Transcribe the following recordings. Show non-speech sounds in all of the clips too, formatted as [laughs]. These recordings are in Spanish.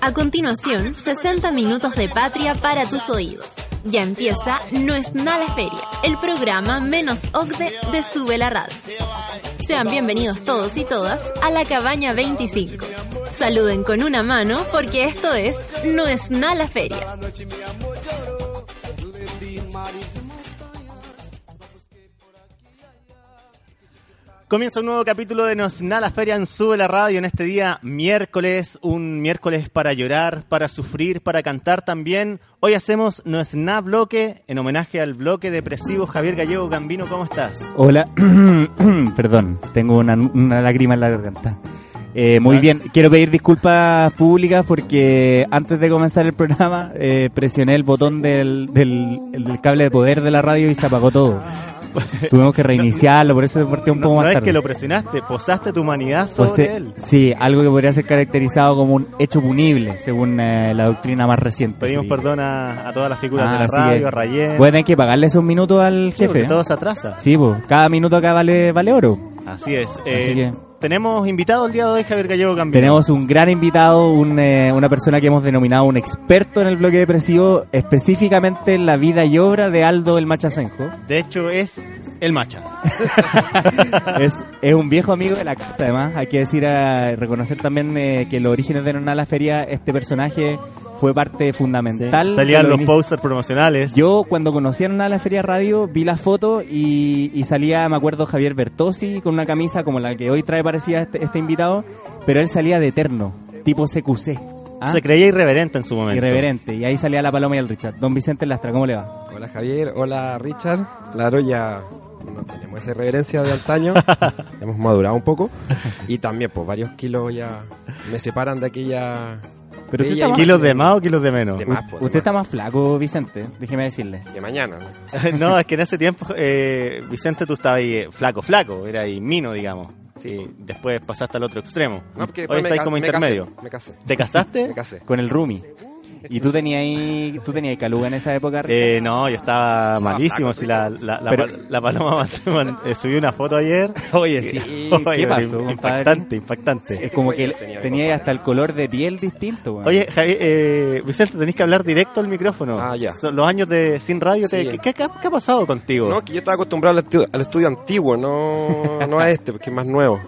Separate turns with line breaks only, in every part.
A continuación, 60 minutos de patria para tus oídos. Ya empieza No es nada la feria, el programa menos OCDE de Sube la Radio. Sean bienvenidos todos y todas a la cabaña 25. Saluden con una mano porque esto es No es nada la feria.
Comienza un nuevo capítulo de Nos Na la Feria en Sube la Radio en este día miércoles, un miércoles para llorar, para sufrir, para cantar también. Hoy hacemos Nos Na Bloque en homenaje al bloque depresivo Javier Gallego Gambino. ¿Cómo estás?
Hola, [clears throat] perdón, tengo una, una lágrima en la garganta. Eh, muy bien, quiero pedir disculpas públicas porque antes de comenzar el programa eh, presioné el botón del, del, del cable de poder de la radio y se apagó todo. Tuvimos que reiniciarlo, por eso se partió un
No,
poco
no
más
es
tarde.
que lo presionaste, posaste tu humanidad sobre
Pues, eh,
él.
sí, algo que podría ser caracterizado como un hecho punible, según eh, la doctrina más reciente.
Pedimos
Y-
perdón a, a todas las figuras
Ah,
de la
así
radio,
que
a Rayén.
Voy a tener que pagarle esos minutos al
Sí,
jefe.
porque
¿eh?
todo se atrasa.
Sí, pues, cada minuto acá vale, vale oro.
Así es. Eh,
que-
Tenemos invitado el día de hoy Javier Gallego Gambino.
Tenemos un gran invitado, un, eh, una persona que hemos denominado un experto en el bloque depresivo, específicamente en la vida y obra de Aldo el Machacenjo.
De hecho, es el Macha.
es, es un viejo amigo de la casa, además. Hay que decir, a, reconocer también eh, que en los orígenes de Nona la Feria, este personaje fue parte fundamental. de
Salían
los
los
inicios.
posters promocionales.
Yo cuando conocí a Nona la Feria Radio vi la foto y, y salía, me acuerdo, Javier Bertosi con una camisa como la que hoy trae parecida este, este invitado, pero él salía de eterno, tipo CQC. ¿ah?
Se creía irreverente en su momento.
Irreverente. Y ahí salía la paloma y el Richard. Don Vicente Lastra, ¿cómo le va?
Hola Javier, hola Richard. Claro, ya no tenemos esa reverencia
[laughs]
de antaño, hemos madurado un poco y también pues varios kilos ya me separan de aquella...
Pero usted
bella
está más-
¿Kilos de más o kilos de menos? [laughs]
De más, pues, de
Usted está
más.
más flaco, Vicente, déjeme decirle.
De mañana. ¿no?
no, es que en ese tiempo, eh, Vicente, tú estabas ahí eh, flaco, flaco, era ahí mino, digamos.
Sí,
Y
pues.
después pasaste al otro extremo.
No, porque
Hoy
después
estáis
ca-
como intermedio.
Casé, me casé,
¿Te
me
casaste?
casé.
Con el Rumi. ¿Y tú tenías ahí, tú tenías caluga en esa época? Richard?
Eh, no, yo estaba malísimo.
flaco,
Si la, la, la,
Pero-
pal- la paloma [laughs] man- man- eh, subió una foto ayer. [laughs]
Oye, sí.
Oye,
¿Qué pasó, compadre?
Impactante, impactante.
Es como que
Tenía-
tenía hasta el color de piel distinto. weón.
Oye, Javi- eh, Vicente, tenés que hablar directo al micrófono.
Ah, ya.
Son los años de sin radio, te-
Sí. eh.
¿qué, qué, qué ha pasado contigo?
No, que yo estaba acostumbrado al estudio, al estudio antiguo, no, no a este, porque es
[laughs]
más nuevo.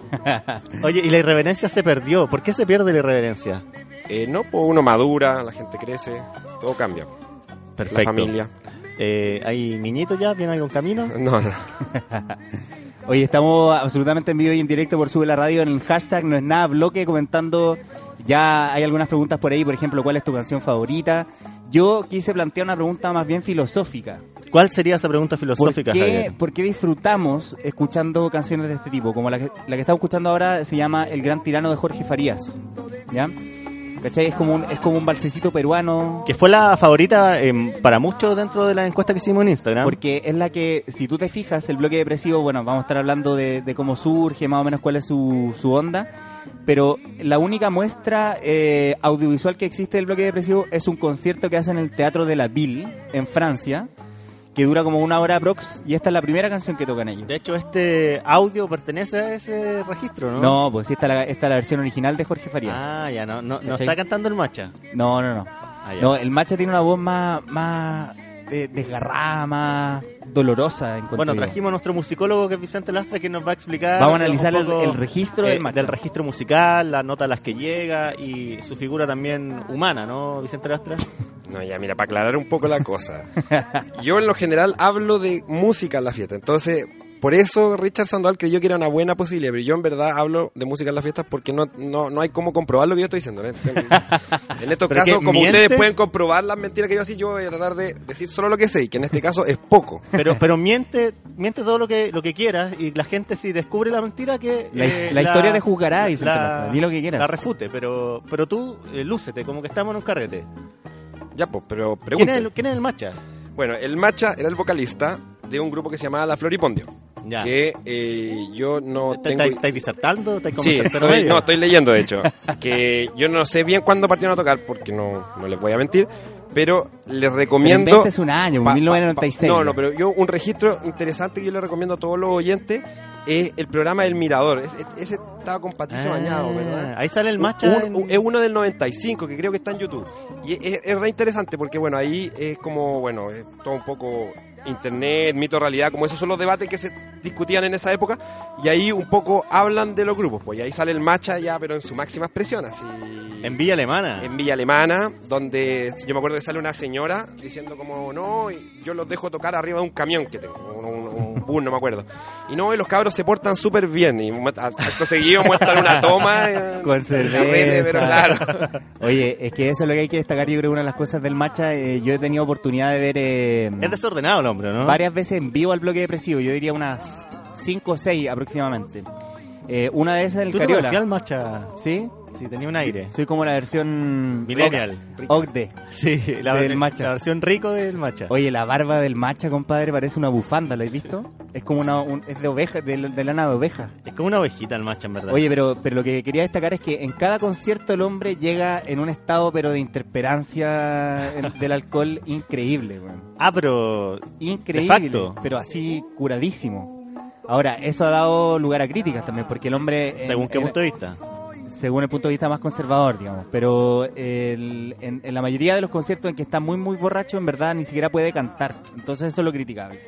Oye, y la irreverencia se perdió. ¿Por qué se pierde la irreverencia?
Eh, no, pues uno madura, la gente crece, todo cambia. La familia.
Eh, ¿Hay niñitos ya? ¿Viene algún camino?
No, no.
Oye, estamos absolutamente en vivo y en directo por Sube la Radio en el hashtag No es nada bloque comentando. Ya hay algunas preguntas por ahí, por ejemplo, ¿cuál es tu canción favorita? Yo quise plantear una pregunta más bien filosófica.
¿Cuál sería esa pregunta
¿Por
filosófica,
qué,
Javier?
por qué disfrutamos escuchando canciones de este tipo? Como la que, la que estamos escuchando ahora se llama El Gran Tirano de Jorge Farías. ¿Ya? ¿Cachai? Es como un, es como un balsecito peruano.
Que fue la favorita em, para muchos dentro de la encuesta que hicimos en Instagram.
Porque es la que, si tú te fijas, el bloque depresivo, bueno, vamos a estar hablando de, de cómo surge, más o menos cuál es su, su onda, pero la única muestra eh, audiovisual que existe del bloque depresivo es un concierto que hacen en el Teatro de la Ville, en Francia, que dura como una hora aprox, y esta es la primera canción que tocan ellos.
De hecho, este audio pertenece a ese registro, ¿no?
No, pues sí, esta es la, esta es la versión original de Jorge Farías.
Ah, ya, no, no, no
¿Cachai?
está cantando el macha.
No, no, no.
Ah, ya.
No, eh, el macha tiene una voz más, más eh, desgarrada, más dolorosa. encuentro
bueno,
yo.
trajimos a nuestro musicólogo que es Vicente Lastra, que nos va a explicar.
Vamos a
eh,
analizar
un
el,
poco-
el registro
Eh,
del macha.
del registro musical, la nota a las que llega y su figura también humana, ¿no, Vicente Lastra?
No, ya, mira, para aclarar un poco la cosa. Yo en lo general hablo de música en la fiesta, entonces Por eso Richard Sandoval creyó que era una buena posibilidad, pero yo en verdad hablo de música en las fiestas porque no, no, no hay cómo comprobar lo que yo estoy diciendo. En, en estos
¿Pero
casos,
qué,
como
mientes?
ustedes pueden comprobar las mentiras que yo así, yo voy a tratar de decir solo lo que sé, y que en este caso es poco.
[laughs]
Pero, pero miente, miente todo lo que, lo que quieras y la gente si descubre la mentira que... eh,
La- la historia te juzgará, Vicente Lastra, di lo que quieras.
La refute, pero, pero tú eh, lúcete, como que estamos en un carrete.
Ya, pues, pero
¿Quién es,
pregunta.
el, ¿Quién es el macha?
Bueno, el Macha era el vocalista de un grupo que se llamaba La Floripondio.
Ya.
Que eh, yo no
¿Te-
tengo...
te- ¿Estáis disertando? ¿Estáis como
Sí,
en tercero
estoy-
medio?
no, estoy leyendo, de hecho. Que yo no sé bien cuándo partieron a tocar, porque no, no les voy a mentir, pero les recomiendo...
es un año,
Pa- pa-
1996.
pa- no, no, pero yo un registro interesante que yo le recomiendo a todos los oyentes es el programa El Mirador. Es- es- Ese, estaba con Patricio
Ah,
Bañado, ¿verdad?
Ahí sale el macha.
Un-
en-
un- es uno del 95 que creo que está en YouTube. Y es, es re interesante porque, bueno, ahí es como, bueno, es todo un poco internet, mito, realidad, como esos son los debates que se discutían en esa época. Y ahí un poco hablan de los grupos, pues. Y ahí sale el macha ya, pero en su máxima expresión, así.
en Villa Alemana.
En Villa Alemana, donde yo me acuerdo que sale una señora diciendo como, no, y yo los dejo tocar arriba de un camión que tengo, un, un- un bus, no me acuerdo. Y no, y los cabros se portan súper bien, y mu- a- acto seguido muestran una toma. eh,
Con
de rene, pero
cerveza.
claro.
[laughs] Oye, es que eso es lo que hay que destacar. Yo creo que una de las cosas del matcha, eh, yo he tenido oportunidad de ver eh,
Mm.
Es desordenado el hombre, ¿no?
varias veces en vivo al bloque depresivo. Yo diría unas 5 o 6 aproximadamente. Eh, una de esas en el
¿Tú te parecías
Cariola.
al macha?
¿Sí?
Sí, tenía un aire.
Soy como la versión...
Millennial.
Ogde.
Sí, la,
Del
la-
macha.
la versión rico del macha.
Oye, la barba del matcha, compadre, parece una bufanda, ¿lo has visto? Es como una... un- es de oveja, de, de lana de oveja.
Es como una ovejita el macha, en verdad.
Oye, pero, pero lo que quería destacar es que en cada concierto el hombre llega en un estado pero de interperancia en- del alcohol increíble, weón.
ah, pero
Eh, Increíble,
De facto.
pero así curadísimo. Ahora, eso ha dado lugar a críticas también, porque el hombre... en-
según qué
en-
punto de vista.
según el punto de vista más conservador, digamos. Pero el- en, en la mayoría de los conciertos en que está muy, muy borracho, en verdad ni siquiera puede cantar. Entonces eso es lo criticable.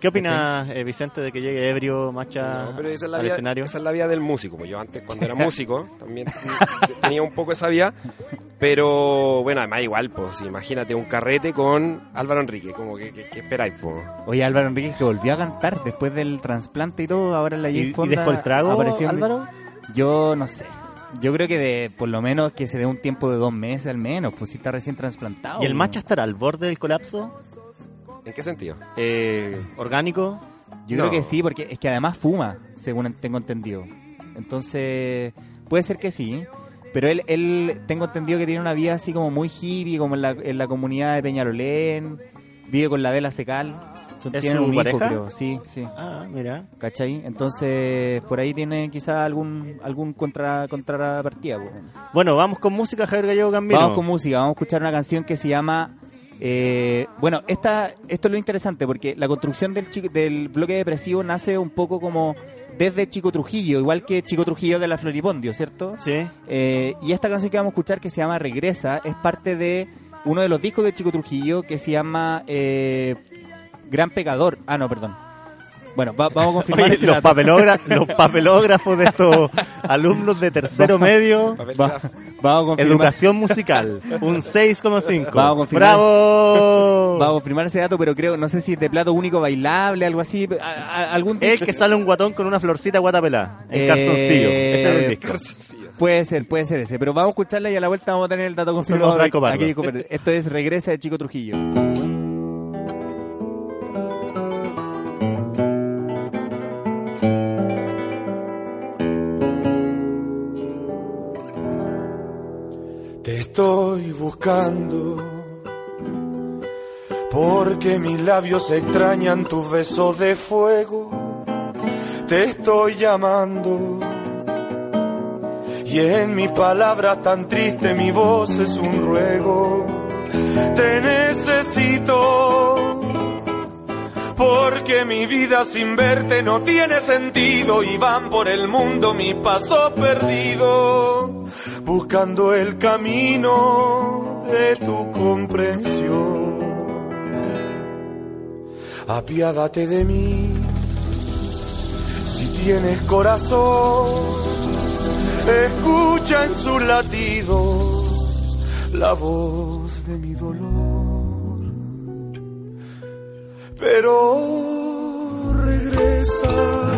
¿Qué opinas, eh, Vicente, de que llegue ebrio macha
No, pero esa es, la
Ah, al
vida,
escenario?
esa es la vida del músico. pues Yo antes, cuando era músico, también tenía un poco esa vida. Pero bueno, además, igual, pues imagínate un carrete con Álvaro Enrique. Como que, que- que esperáis, pues.
Oye, Álvaro Enrique que volvió a cantar después del trasplante y todo, ahora en la
¿Y,
Jane
y
Fonda
dejó el trago,
apareció en-
Álvaro?
Yo no sé. Yo creo que de, por lo menos que se dé un tiempo de dos meses al menos, pues si está recién trasplantado.
¿Y el
weón.
macha estará al borde del colapso
¿En qué sentido?
eh, orgánico?
Yo
No.
creo que sí, porque es que además fuma, según tengo entendido. Entonces, puede ser que sí. Pero él, él tengo entendido que tiene una vida así como muy hippie, como en la, en la comunidad de Peñarolén. Vive con la vela secal.
¿Es
Tienen
su
un hijo,
pareja?
creo. Sí, sí.
Ah, mira.
¿Cachai? Entonces, por ahí tiene quizá algún algún contra contrapartida. po.
Bueno, vamos con música, Javier Gallego Gambino.
Vamos con música, vamos a escuchar una canción que se llama... eh, bueno, esta, esto es lo interesante porque la construcción del, chico- del bloque depresivo nace un poco como desde Chico Trujillo, igual que Chico Trujillo de la Floripondio, ¿cierto?
Sí.
Eh, y esta canción que vamos a escuchar que se llama Regresa es parte de uno de los discos de Chico Trujillo que se llama eh, Gran Pecador. Ah, no, perdón. Bueno, va- vamos a confirmar
Oye,
ese
los,
dato.
papelogra- los papelógrafos de estos alumnos de tercero medio,
Papel [laughs]
Va-
graf.
vamos a confirmar
educación musical, un 6,5.
Vamos a confirmar
¡Bravo!
Vamos a firmar ese dato, pero creo, no sé si es de plato único bailable, algo así, a- a- algún
El que sale un guatón con una florcita guatapelá, en
Eh,
calzoncillo. Ese es el disco.
Sí,
Puede ser, puede ser ese, pero vamos a escucharla y a la vuelta vamos a tener el dato confirmado.
Saludos a Franco
de-
Pardo.
aquí de Cooper. Esto es Regresa de Chico Trujillo.
Te estoy buscando porque mis labios extrañan tus besos de fuego. Te estoy llamando y en mis palabras tan tristes mi voz es un ruego. Te necesito porque mi vida sin verte no tiene sentido y van por el mundo mi paso perdido, buscando el camino de tu comprensión. Apiádate de mí, si tienes corazón, escucha en sus latidos la voz de mi dolor pero regresa. cabeza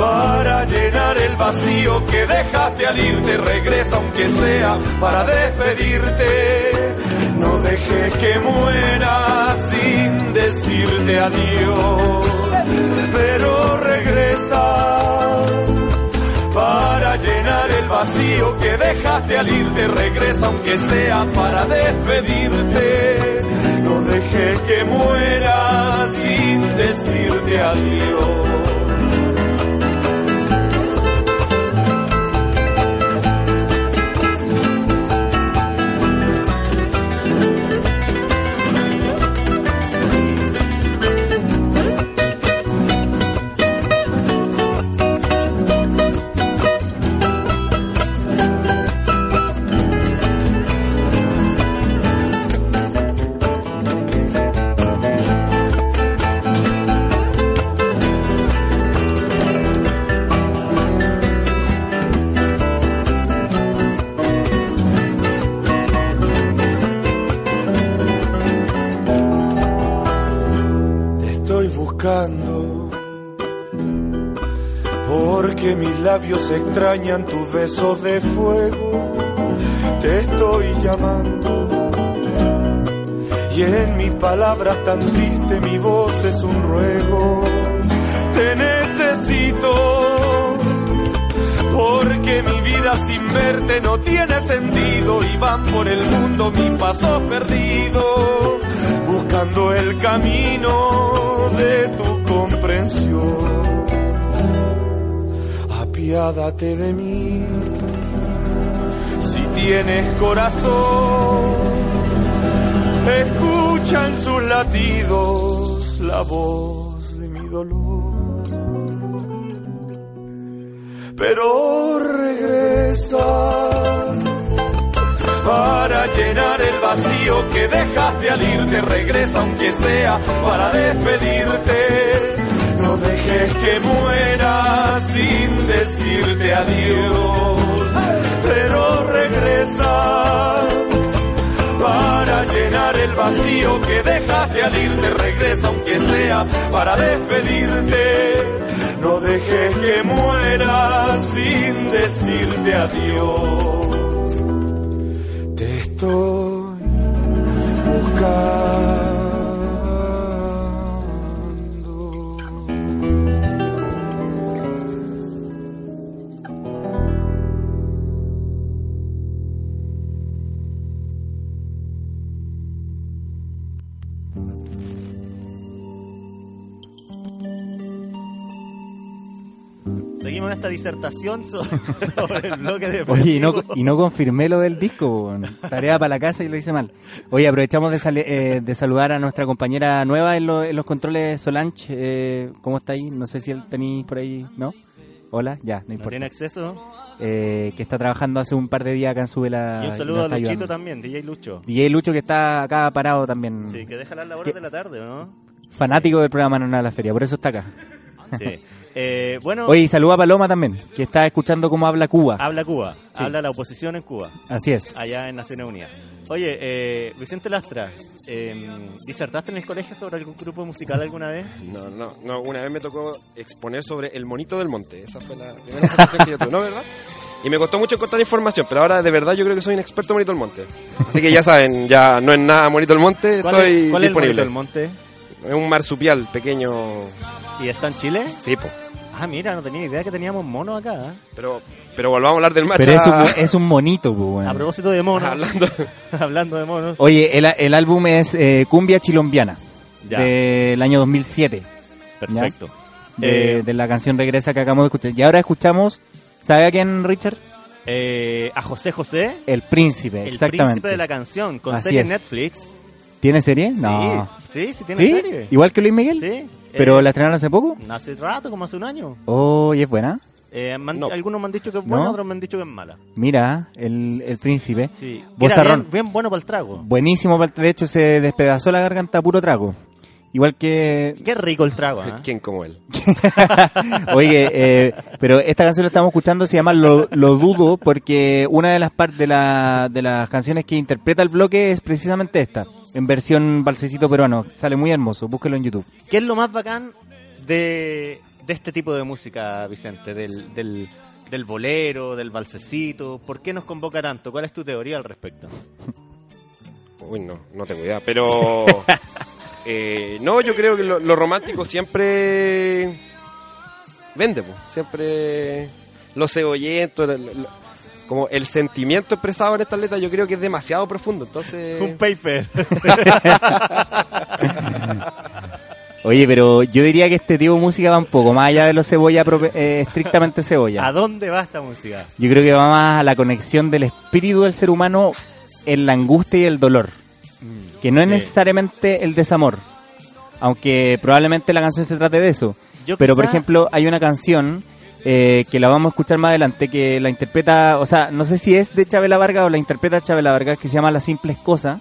para llenar el vacío que dejaste al irte. Regresa aunque sea para despedirte. No dejes que muera sin decirte adiós. Pero regresa para llenar el vacío que dejaste al irte. Regresa aunque sea para despedirte. No dejes que muera sin decirte adiós. Te estoy buscando porque mis labios extrañan tus besos de fuego. Te estoy llamando y en mis palabras tan triste mi voz es un ruego. Te necesito porque mi vida sin verte no tiene sentido y van por el mundo mi paso perdido, buscando el camino de tu comprensión. Apiádate de mí, si tienes corazón, escucha en sus latidos la voz de mi dolor pero regresa para llenar el vacío que dejaste al irte. Regresa aunque sea para despedirte. No dejes que muera sin decirte adiós, pero regresa para llenar el vacío que dejaste al irte. Regresa aunque sea para despedirte. No dejes que muera sin decirte adiós. Te estoy buscando.
Seguimos en esta disertación so- [laughs] sobre el bloque de
Oye, y no,
depresivo.
y no confirmé lo del disco, po, weón. tarea para la casa y lo hice mal. Oye, aprovechamos de, sali- eh, de saludar a nuestra compañera nueva en, lo- en los controles, Solange. Eh, ¿Cómo está ahí? No sé si el tenéis por ahí, ¿no? Hola, ya, no
¿No tiene
importa.
acceso.
Eh, que está trabajando hace un par de días acá en su vela.
Y un saludo a Luchito también, DJ Lucho.
Y el Lucho que está acá parado también.
Sí, que déjala a la hora
¿Qué?
de la tarde, ¿o ¿no?
Fanático del programa No es Nada la Feria, por eso está acá.
Sí. Eh, bueno,
Oye, y saluda a Paloma también, que está escuchando cómo habla Cuba.
habla Cuba.
Sí.
Habla la oposición en Cuba.
Así es.
Ah, allá en Naciones Unidas. Oye, eh, Vicente Lastra, eh, ¿disertaste en el colegio sobre algún grupo musical alguna vez?
No, no, no. Una vez me tocó exponer sobre el monito del monte. Esa fue la primera sensación que yo tuve, ¿no, verdad? Y me costó mucho encontrar información, pero ahora de verdad yo creo que soy un experto en monito del monte. Así que ya saben, ya no es nada monito del monte,
¿Cuál
estoy
es, cuál es el
disponible.
Bonito del monte?
Es un marsupial pequeño.
¿Y está en Chile?
Sí, po.
Ah, mira, no tenía idea que teníamos monos acá. ¿eh?
Pero, pero volvamos a hablar del macho. Ah,
Pero es un, es un monito, po, weón.
A propósito de monos,
Hablando.
[laughs] hablando de monos.
Oye, el, el álbum es eh, Cumbia Chilombiana,
Ya.
del año 2007,
Perfecto.
de,
Eh,
de la canción Regresa que acabamos de escuchar. Y ahora escuchamos, ¿sabe a quién, Richard?
eh, a José José,
El Príncipe,
el
exactamente.
príncipe de la canción, con
Así
serie
es.
Netflix.
¿Tiene serie? No.
Sí, sí, sí tiene
¿Sí?
serie.
¿Igual que Luis Miguel?
Sí. eh,
¿Pero la estrenaron hace poco?
Hace rato, como hace un año.
Oh, y es buena.
Eh, me han-
No.
Algunos me han dicho que es buena,
¿No?
otros me han dicho que es mala.
Mira, el, el Príncipe.
Sí. Que era
Bozarrón.
bien, bien bueno para el trago.
Buenísimo, de hecho se despedazó la garganta a puro trago. Igual que
Qué rico el
[laughs]
trago, ¿eh?
¿Quién como él?
Oye, eh, pero esta canción la estamos escuchando, se llama Lo, Lo Dudo, porque una de las partes de, la- de las canciones que interpreta el bloque es precisamente esta, en versión balsecito peruano. Sale muy hermoso, búsquelo en YouTube.
¿Qué es lo más bacán de, de este tipo de música, Vicente? Del, del, del bolero, del balsecito. ¿Por qué nos convoca tanto? ¿Cuál es tu teoría al respecto?
Uy, no, no tengo idea, pero... eh, no, yo creo que lo, lo romántico siempre vende, po. siempre lo cebollentos, como el sentimiento expresado en estas letras yo creo que es demasiado profundo, [laughs]
Eh,
entonces...
Un paper.
Oye, pero yo diría que este tipo de música va un poco más allá de los cebolla, prope- eh, estrictamente
¿A
cebolla.
dónde va esta música?
Yo creo que va más a la conexión del espíritu del ser humano en la angustia y el dolor, que no es
Sí.
necesariamente el desamor, aunque probablemente la canción se trate de eso.
Yo
Pero, por
quizá-
ejemplo, hay una canción eh, que la vamos a escuchar más adelante, que la interpreta, o sea, no sé si es de Chabela Vargas o la interpreta Chabela Vargas, que se llama Las Simples Cosas,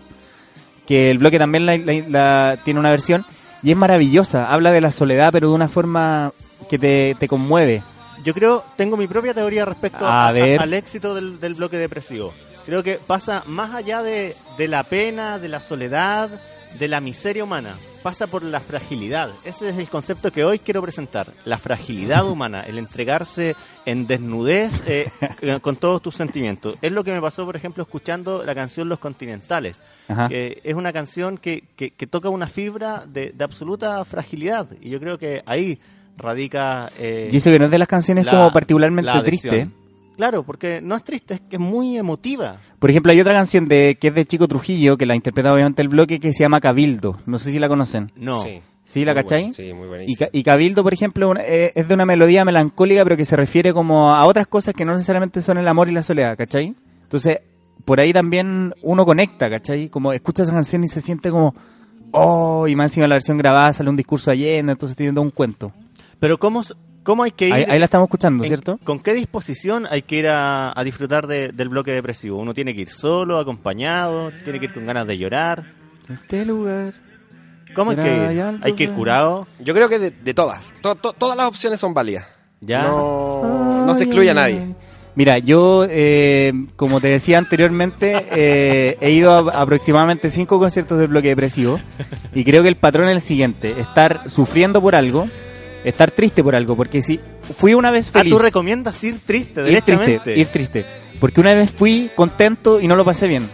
que el bloque también la, la- la- tiene una versión, y es maravillosa, habla de la soledad, pero de una forma que te, te conmueve.
Yo creo, tengo mi propia teoría respecto
A
a- a-
ver.
al éxito del, del bloque depresivo. Creo que pasa más allá de, de la pena, de la soledad, de la miseria humana. Pasa por la fragilidad. Ese es el concepto que hoy quiero presentar. La
[laughs]
fragilidad humana, el entregarse en desnudez eh, con todos tus sentimientos. Es lo que me pasó, por ejemplo, escuchando la canción Los Continentales
Ajá.
que es una canción que, que- que toca una fibra de, de absoluta fragilidad. Y yo creo que ahí radica... eh,
Y eso que no es de las canciones
la-
como particularmente
la adicción.
triste.
Claro, porque no es triste, es que es muy emotiva.
Por ejemplo, hay otra canción de que es de Chico Trujillo, que la interpreta obviamente el bloque, que se llama Cabildo. No sé si la conocen.
No.
Sí.
¿Sí la
Muy
cachai?
buena, sí, muy
Y,
buenísimo.
ca- y Cabildo, por ejemplo, una- eh, es de una melodía melancólica, pero que se refiere como a otras cosas que no necesariamente son el amor y la soledad, ¿cachai? Entonces, por ahí también uno conecta, ¿cachai? Como escucha esa canción y se siente como, oh, y más encima la versión grabada sale un discurso allende, entonces tiene todo un cuento.
Pero ¿cómo, s- cómo hay que ir?
Ahí, ahí la estamos escuchando,
en-
¿cierto?
¿Con qué disposición hay que ir a, a disfrutar de- del bloque depresivo? ¿Uno tiene que ir solo, acompañado? ¿Tiene que ir con ganas de llorar?
Este lugar.
¿Cómo hay que
Era
ir?
llanto,
¿Hay que ir
sí.
curado?
Yo creo que de, de todas, to- to- todas las opciones son válidas.
¿Ya?
No, no se excluye a nadie.
Mira, yo, eh, como te decía anteriormente, eh, he ido a aproximadamente cinco conciertos de bloque depresivo y creo que el patrón es el siguiente, estar sufriendo por algo, estar triste por algo, porque si fui una vez
Ah,
feliz,
tú recomiendas ir triste,
ir triste,
directamente.
ir triste, porque una vez fui contento y no lo pasé bien,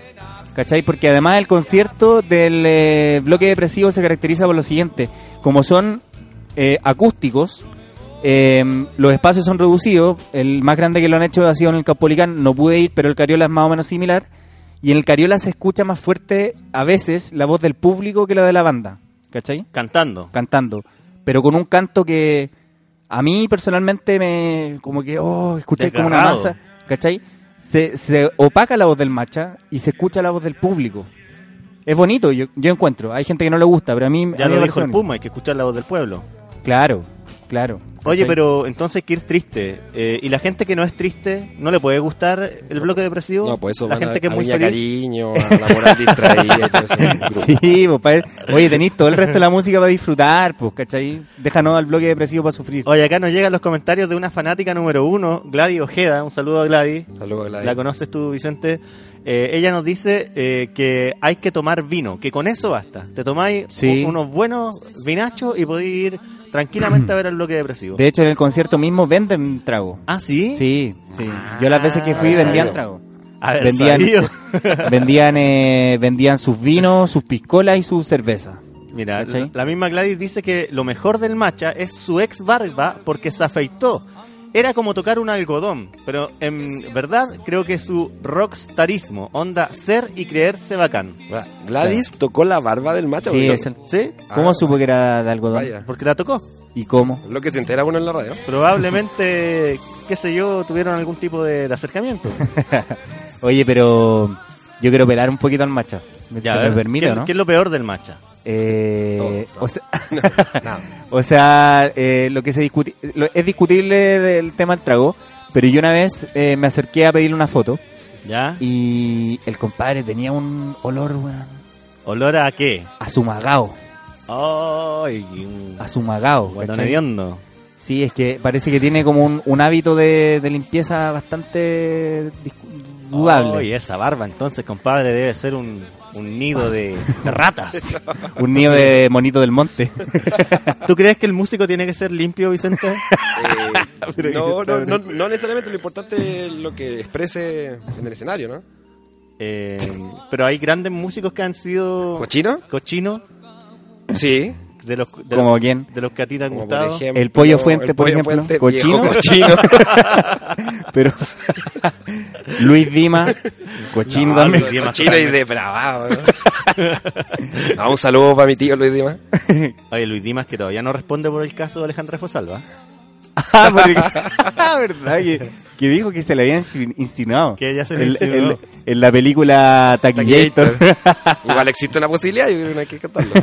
¿cachai? Porque además el concierto del eh, bloque depresivo se caracteriza por lo siguiente, como son eh, acústicos, eh, los espacios son reducidos. El más grande que lo han hecho ha sido en el Caupolicán. No pude ir, pero el Cariola es más o menos similar. Y en el Cariola se escucha más fuerte a veces la voz del público que la de la banda. ¿Cachai?
Cantando.
Cantando. Pero con un canto que a mí personalmente me. como que. oh, escuché como una
Desgarrado.
masa. ¿Cachai? Se, se opaca la voz del macha y se escucha la voz del público. Es bonito, yo, yo encuentro. Hay gente que no le gusta, pero a mí. a
Ya lo
mí me
dijo
parece
el
bonito.
Puma, hay que escuchar la voz del pueblo.
Claro, claro.
Oye,
¿cachai?
pero entonces hay que ir triste. Eh, ¿Y la gente que no es triste no le puede gustar el bloque depresivo?
No, por eso
la
van a-
gente que
a
es muy
Viña
feliz.
Cariño, a la moral distraída y todo eso.
[laughs]
[laughs]
Sí, pues, pa- oye, tenéis todo el resto de la música para disfrutar, pues, ¿cachai? Déjanos al bloque depresivo para sufrir.
Oye, acá nos llegan los comentarios de una fanática número uno, Gladys Ojeda. Un saludo a Gladys.
Saludos, Gladys.
La conoces tú, Vicente. Eh, ella nos dice eh, que hay que tomar vino, que con eso basta. Te tomáis
Sí.
un- unos buenos vinachos y podéis ir tranquilamente a ver el bloque depresivo.
De hecho, en el concierto mismo venden trago.
¿Ah, sí?
Sí, sí. Yo las veces que fui
Ah,
vendían
sabio.
trago.
Haber
Vendían, [laughs]
sabido.
vendían, eh, vendían sus vinos, sus piscolas y su cerveza.
Mira,
¿Cachai?
la misma Gladys dice que lo mejor del macha es su ex barba porque se afeitó. Era como tocar un algodón, pero en verdad creo que su rockstarismo, onda ser y creerse bacán.
Gladys tocó la barba del macho.
Sí,
lo,
es el-
¿Sí?
¿Cómo
Ah,
supo que era de algodón?
vaya.
Porque la tocó.
¿Y cómo?
lo que se entera uno en la radio.
[laughs]
Probablemente, qué sé yo, tuvieron algún tipo de, de acercamiento.
Oye, pero yo quiero pelar un poquito al macha. Me
a
me
ver,
permite,
¿qué,
¿no?
qué es lo peor del macha?
Eh,
Todo,
o sea, [laughs]
Nada.
O sea, eh, lo que se discuti lo- es discutible el tema del trago, pero yo una vez eh, me acerqué a pedirle una foto
¿Ya?
y el compadre tenía un olor, weón,
¿Olor a qué?
a sumagao,
¡Ay! un
a sumagao.
guatón
¿cachai?
hediondo.
Sí, es que parece que tiene como un, un hábito de, de limpieza bastante discu- dudable.
Oye, esa barba, entonces, compadre, debe ser un, un nido
[laughs]
de, de ratas.
Un niño de monito del monte.
¿Tú crees que el músico tiene que ser limpio,
[laughs]
Vicente?
Eh, no, no, no, no necesariamente lo importante es lo que exprese en el escenario, ¿no?
Eh, pero hay grandes músicos que han sido
¿Cochino?
cochinos,
Sí.
de los, [laughs] de
¿Como
los-
quién?
de los que a ti te han
Como por
gustado.
ejemplo,
El Pollo Fuente, por ejemplo,
viejo
[laughs]
cochino. [laughs] Pero [laughs] Luis Dima, cochino
No,
también.
Luis Dima.
Cochino y depravado. [laughs] ¿no? No, un saludo para mi tío Luis Dimas.
Oye, Luis Dimas, que todavía no responde por el caso de Alejandra Fosalva.
Ah, porque- [laughs] ah, verdad, que, que dijo que se le había insin- insinuado.
Que ella se le
En-
insinuó.
en- En la película Taquillator.
Igual existe una posibilidad, yo creo que no hay que cantarlo.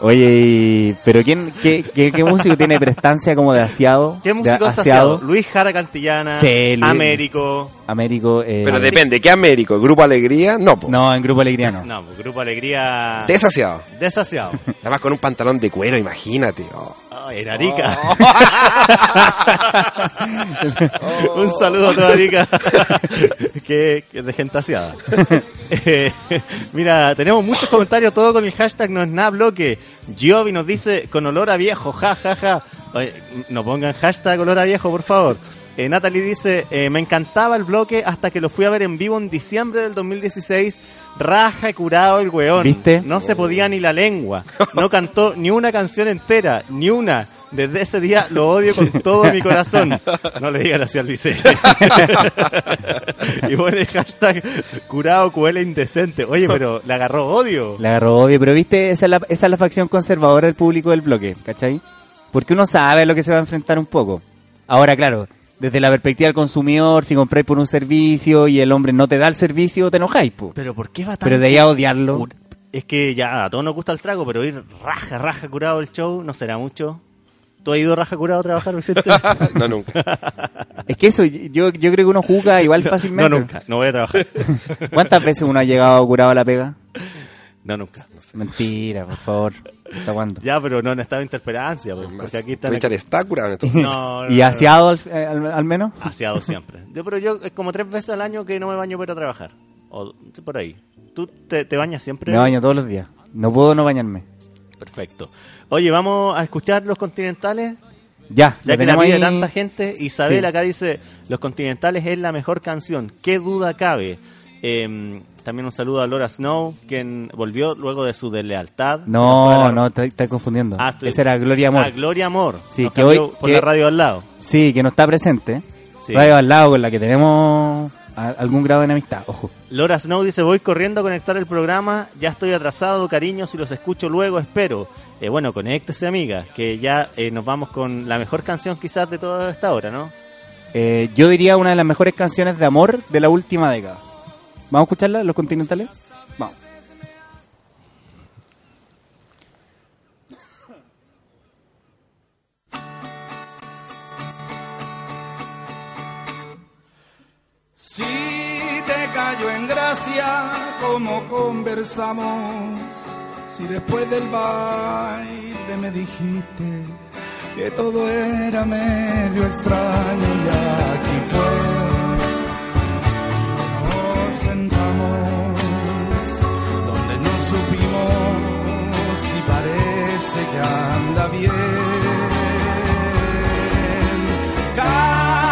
[laughs] Oye, y- pero ¿quién, qué, qué, qué músico tiene prestancia como de aseado?
¿Qué
De
músico es saciado? Luis Jara Cantillana,
Sí, Luis-
Américo.
Américo. eh,
Pero depende, ¿qué Américo? ¿Grupo Alegría? No, po.
No, en Grupo Alegría no.
No, pues, Grupo Alegría.
Desasiado.
[laughs]
Desaciado.
Además con un pantalón de cuero, imagínate. oh.
Ay, en
[laughs]
Arica.
Oh.
[laughs] Un saludo a toda Arica. [laughs] que, que de gente aseada. [laughs] Eh, mira, tenemos muchos comentarios, todo con el hashtag no es nada bloque. Giovi nos dice con olor a viejo, ja, ja, ja. Oye, no pongan hashtag olor a viejo, por favor. Eh, Natalie dice, eh, me encantaba el bloque hasta que lo fui a ver en vivo en diciembre del 2016. Raja y curado el weón.
¿Viste?
No se podía ni la lengua. No cantó ni una canción entera, ni una. Desde ese día lo odio con todo mi corazón. No le digan así al Vicente. y pone hashtag curado cuela indecente. Oye, pero le agarró odio.
La agarró obvio, pero viste, esa es, la, esa es la facción conservadora del público del bloque, ¿cachai? Porque uno sabe a lo que se va a enfrentar un poco. Ahora, claro, desde la perspectiva del consumidor, si compráis por un servicio y el hombre no te da el servicio, te enojáis, po.
Pero ¿por qué va tan
Pero de ahí a odiarlo.
Es que ya a todos nos gusta el trago, pero ir raja, raja curado el show no será mucho. ¿Tú has ido raja curado a trabajar, Vicente?
[laughs]
No, nunca.
Es que eso, yo, yo creo que uno juzga igual
[laughs] no,
fácilmente.
nunca. No voy a trabajar.
¿Cuántas veces uno ha llegado curado a la pega?
[laughs] No, nunca.
Mentira, por favor. ¿Hasta cuándo?
Ya, pero no han estado en interperancia, pues, [laughs] porque aquí están...
Richard está
[laughs]
curado en esto.
[laughs]
No, no,
¿Y
no. Ah,
aseado al, eh, al- al menos?
Aseado siempre. Yo, pero yo es como tres veces al año que no me baño para trabajar. O sí, por ahí. ¿Tú te, te bañas siempre?
Me baño todos los días. No puedo no bañarme.
Perfecto. Oye, vamos a escuchar los continentales. Ya
Ya, lo
que la
tenemos
pide
ahí.
tanta gente, Isabel
Sí.
acá dice, Los Continentales es la mejor canción, qué duda cabe. Em, también un saludo a Laura Snow, quien volvió luego de su deslealtad. Se nos fue
No,
la-
no, te estás confundiendo.
Ah, estoy-
Esa era Gloria Amor.
Ah, Gloria Amor.
Sí,
Nos
que hoy-
cambió por
que-
la radio al lado.
sí, que no está presente.
Sí.
Radio al lado con la que tenemos a- algún grado de amistad, ojo.
Laura Snow dice, voy corriendo a conectar el programa, ya estoy atrasado, cariño, si los escucho luego, espero. Eh, bueno, conéctese, amiga, que ya eh, nos vamos con la mejor canción quizás de toda esta hora, ¿no?
Eh, yo diría una de las mejores canciones de amor de la última década. ¿Vamos a escucharla, los continentales? Vamos.
Si te cayó en gracia, como conversamos, si después del baile me dijiste que todo era medio extraño y aquí fue, nos sentamos donde no supimos si parece que anda bien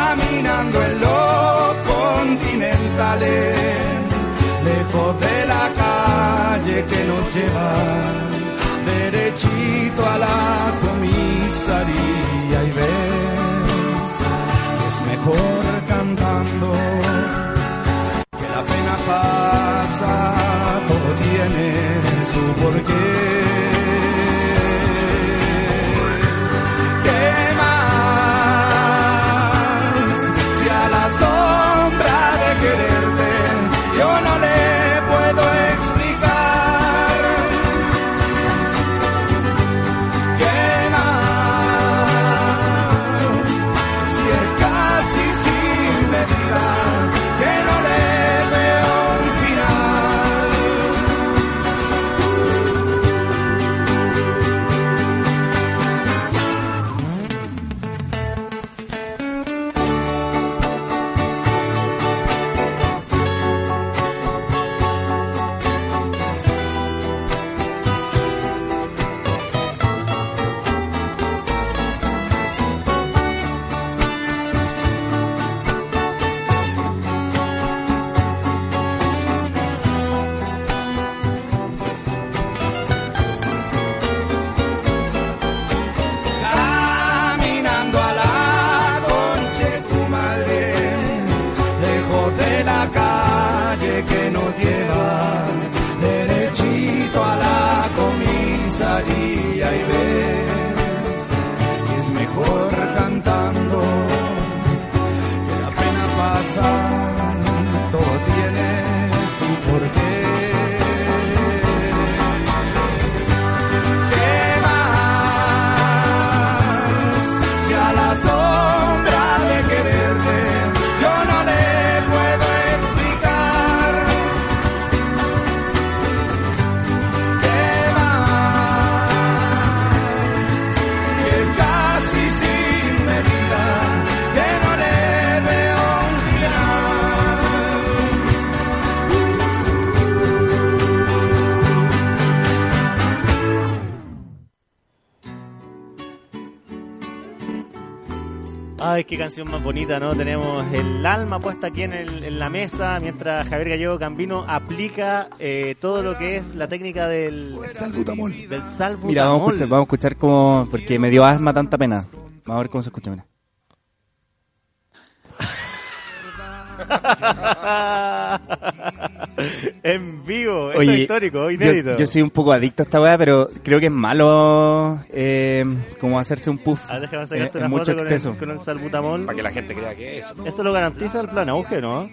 caminando en los continentales, lejos de la calle que nos lleva derechito a la comisaría y ves que es mejor cantando que la pena pasa, todo tiene su porqué. ¿Qué más? Si a la sombra de quererte yo no le puedo explicar. ¿Qué más? Si es casi sin medida que no le veo un final. caminos de la calle que nos llevan derechito a la comisaría y ves que es mejor cantando que la pena pasa, todo tiene su porqué. ¿Qué más? Si a la sombra de quererte yo no le puedo explicar. ¿Qué más? Que casi sin medida que no le veo un final.
Ay, qué canción más bonita, ¿no? Tenemos el alma puesta aquí en, el- en la mesa mientras Javier Gallego Gambino aplica eh, todo lo que es la técnica del salbutamol. Del salbutamol.
Mira, vamos a escuchar, vamos a escuchar cómo. Porque me dio asma tanta pena. Vamos a ver cómo se escucha, mira.
[laughs] en vivo, esto es histórico, inédito.
Yo, yo soy un poco adicto a esta weá, pero creo que es malo eh, como hacerse un puff.
A ver, Ah, déjame
en,
sacarte
en
una
Eh, mucho
foto con
exceso.
el, con el salbutamol.
Para que la gente crea que es.
Eso lo garantiza el plan auge, ¿no?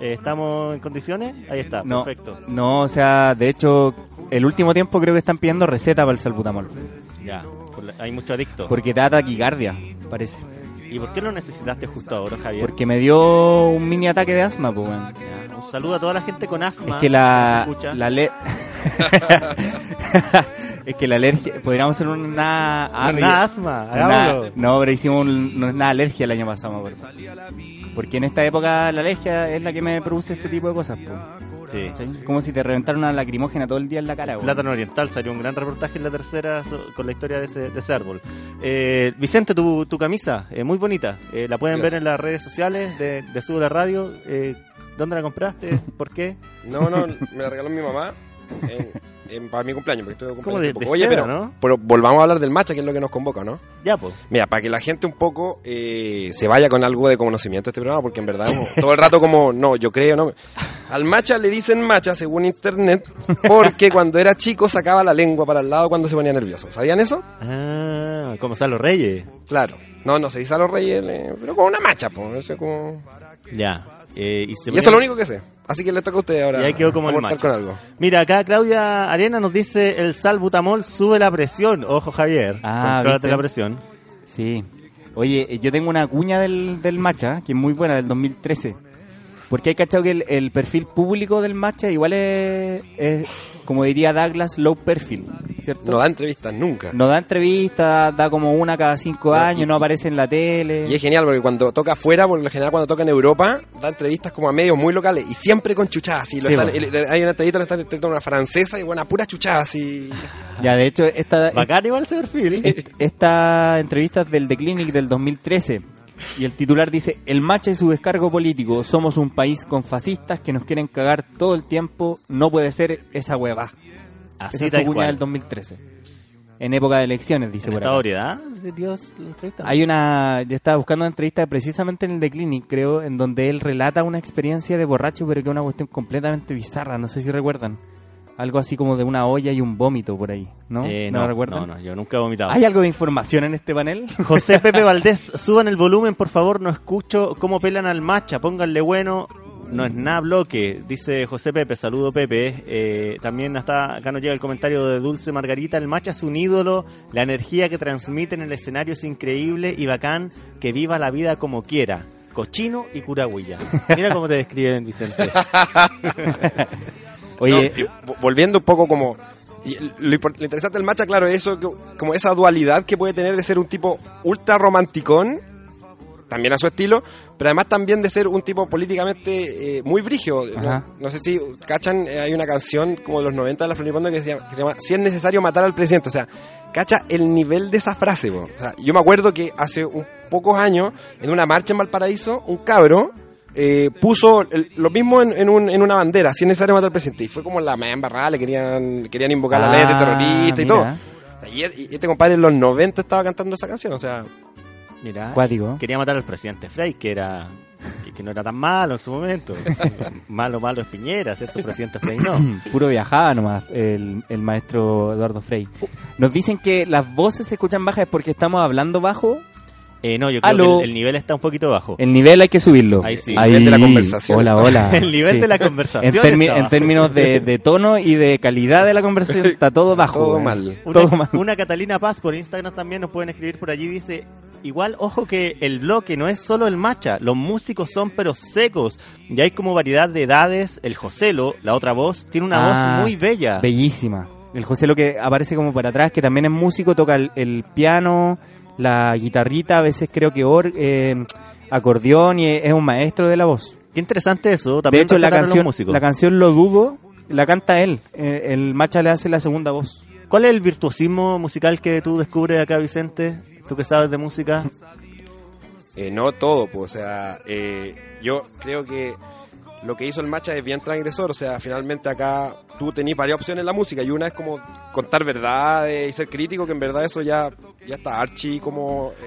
Eh, ¿Estamos en condiciones? Ahí está,
No,
perfecto.
no, o sea, de hecho, el último tiempo creo que están pidiendo receta para el salbutamol.
Ya, por la- hay mucho adicto.
Porque te da taquicardia, parece.
¿Y por qué lo necesitaste justo ahora, Javier?
Porque me dio un mini ataque de asma, pues, weón.
Ya, Un saludo a toda la gente con asma.
Es que
que
la,
nos escucha.
la le- [laughs] es que la alergia. Podríamos hacer una.
Ah, una asma, hagámoslo.
Una- no, pero hicimos un- no es nada alergia el año pasado, me acuerdo. Porque en esta época la alergia es la que me produce este tipo de cosas. po.
Sí.
¿Cachai? Como si te reventara una lacrimógena todo el día en la cara. po.
Plátano Oriental salió un gran reportaje en la tercera so- con la historia de ese, de ese árbol. Eh, Vicente, tu, tu camisa, eh, muy bonita. Eh, la pueden ver
Gracias.
en las redes sociales de, de Sube la Radio. Eh, ¿Dónde la compraste? ¿Por qué?
No, no, me la regaló mi mamá en- en- para mi cumpleaños, porque estuve de
Como
cumpleaños
de,
hace
de
poco. Oye,
seda,
pero,
¿no?
pero volvamos a hablar del matcha, que es lo que nos convoca, ¿no?
Ya, pues.
Mira, para que la gente un poco eh, se vaya con algo de conocimiento de este programa, porque en verdad como, todo el rato como, no, yo creo, no. Al macha le dicen macha, según internet, porque cuando era chico sacaba la lengua para el lado cuando se ponía nervioso. ¿Sabían eso?
Ah, como están los reyes.
Claro. No, no se dice a los reyes, eh, pero con una macha, po, eso es como...
Ya. Eh, y se
Y eso es lo único que sé. Así que le toca a usted ahora
Y ahí quedó como el
aportar
macha.
con algo.
Mira, acá Claudia Arena nos dice el salbutamol sube la presión. Ojo, Javier.
Ah,
Contrólate
¿viste?
la presión.
Sí. Oye, eh, yo tengo una cuña del, del matcha, que es muy buena, del 2013. Porque hay cachado que el, el perfil público del matcha igual es, es, como diría Douglas, low perfil, ¿cierto?
No da entrevistas nunca.
No da entrevistas, da como una cada cinco
No, y-
años, no aparece en la tele.
Y es genial porque cuando toca afuera, por lo general cuando toca en Europa, da entrevistas como a medios muy locales y siempre con chuchadas. Y lo
Sí,
están-
po.
el- el- hay una entrevista, lo están entrevistando a una francesa y bueno, pura chuchadas. Y...
Ya, de hecho, esta,
[laughs] Bacán igual ese perfil.
esta entrevista es del The Clinic del 2013. Y el titular dice, el matcha y su descargo político, somos un país con fascistas que nos quieren cagar todo el tiempo, no puede ser esa hueva.
Así
Esa es
tal
su cuña
cual.
del 2013. En época de elecciones, dice
¿En
por
esta
acá.
variedad? Dios, la entrevista.
Hay una, yo estaba buscando una entrevista precisamente en el The Clinic, creo, en donde él relata una experiencia de borracho, pero que es una cuestión completamente bizarra, no sé si recuerdan. Algo así como de una olla y un vómito por ahí, ¿no?
Eh,
¿No,
no,
recuerdan?
no, no, yo nunca he vomitado.
¿Hay algo de información en este panel?
[laughs] José Pepe Valdés, suban el volumen, por favor, no escucho cómo pelan al macha, pónganle bueno. No es nada bloque, dice José Pepe, saludo Pepe. Eh, también hasta acá nos llega el comentario de Dulce Margarita, el macha es un ídolo, la energía que transmite en el escenario es increíble y bacán, que viva la vida como quiera. Cochino y curagüilla. Mira cómo te describen,
[laughs]
Vicente.
Oye,
No, y vo- volviendo un poco como... y lo, impor- lo interesante del macha, claro, es eso, que- como esa dualidad que puede tener de ser un tipo ultra romanticón, también a su estilo, pero además también de ser un tipo políticamente eh, muy brigio.
Ajá.
No, no sé si cachan, eh, hay una canción como de los 90 de la Floripondio que se, llama, que se llama Si es necesario matar al presidente. O sea, cacha el nivel de esa frase. po. O sea, yo me acuerdo que hace un pocos años, en una marcha en Valparaíso, un cabro eh, puso el- lo mismo en, en un- en una bandera, si es necesario matar al presidente. Y fue como la mea embarrada, le querían, querían invocar la ley de
Ah,
terrorista y
mira.
todo. Y, y este compadre en los 90 estaba cantando esa canción, o sea,
Mira,
Cuático.
quería matar al presidente Frey, que era que, que no era tan malo en su
[laughs]
momento. malo, malo es Piñera, ¿cierto? Presidente Frey no.
Puro viajaba nomás el, el maestro Eduardo Frey. Nos dicen que las voces se escuchan bajas es porque estamos hablando bajo.
Eh, no, yo creo
Aló. Eh,
que el, el nivel está un poquito bajo.
El nivel hay que subirlo.
Ahí sí.
El nivel de la conversación
Hola,
está-
hola.
[laughs] El nivel
Sí.
de la
en,
conversación.
termi-
está
en
bajo.
términos de, de tono y de calidad de la conversación está todo bajo.
Todo
weón.
mal.
Una,
Todo mal.
una Catalina Paz por Instagram también nos pueden escribir por allí. Dice: Igual, ojo que el bloque no es solo el macha. Los músicos son pero secos. Y hay como variedad de edades. El Joselo, la otra voz, tiene una
Ah,
voz muy bella.
Bellísima. El José lo que aparece como para atrás, que también es músico, toca el, el piano, la guitarrita, a veces creo que or- eh, acordeón y es un maestro de la voz.
Qué interesante eso.
De
También
hecho, la
rescataron los
canción,
músicos.
la canción Lo Dudo la canta él. Eh, el Macha le hace la segunda voz.
¿Cuál es el virtuosismo musical que tú descubres acá, Vicente? Tú que sabes de música.
Eh, no todo, pues, o sea, eh, yo creo que lo que hizo el Macha es bien transgresor, o sea, finalmente acá tú tenés varias opciones en la música y una es como contar verdades y ser crítico, que en verdad eso ya, ya está archi como, eh,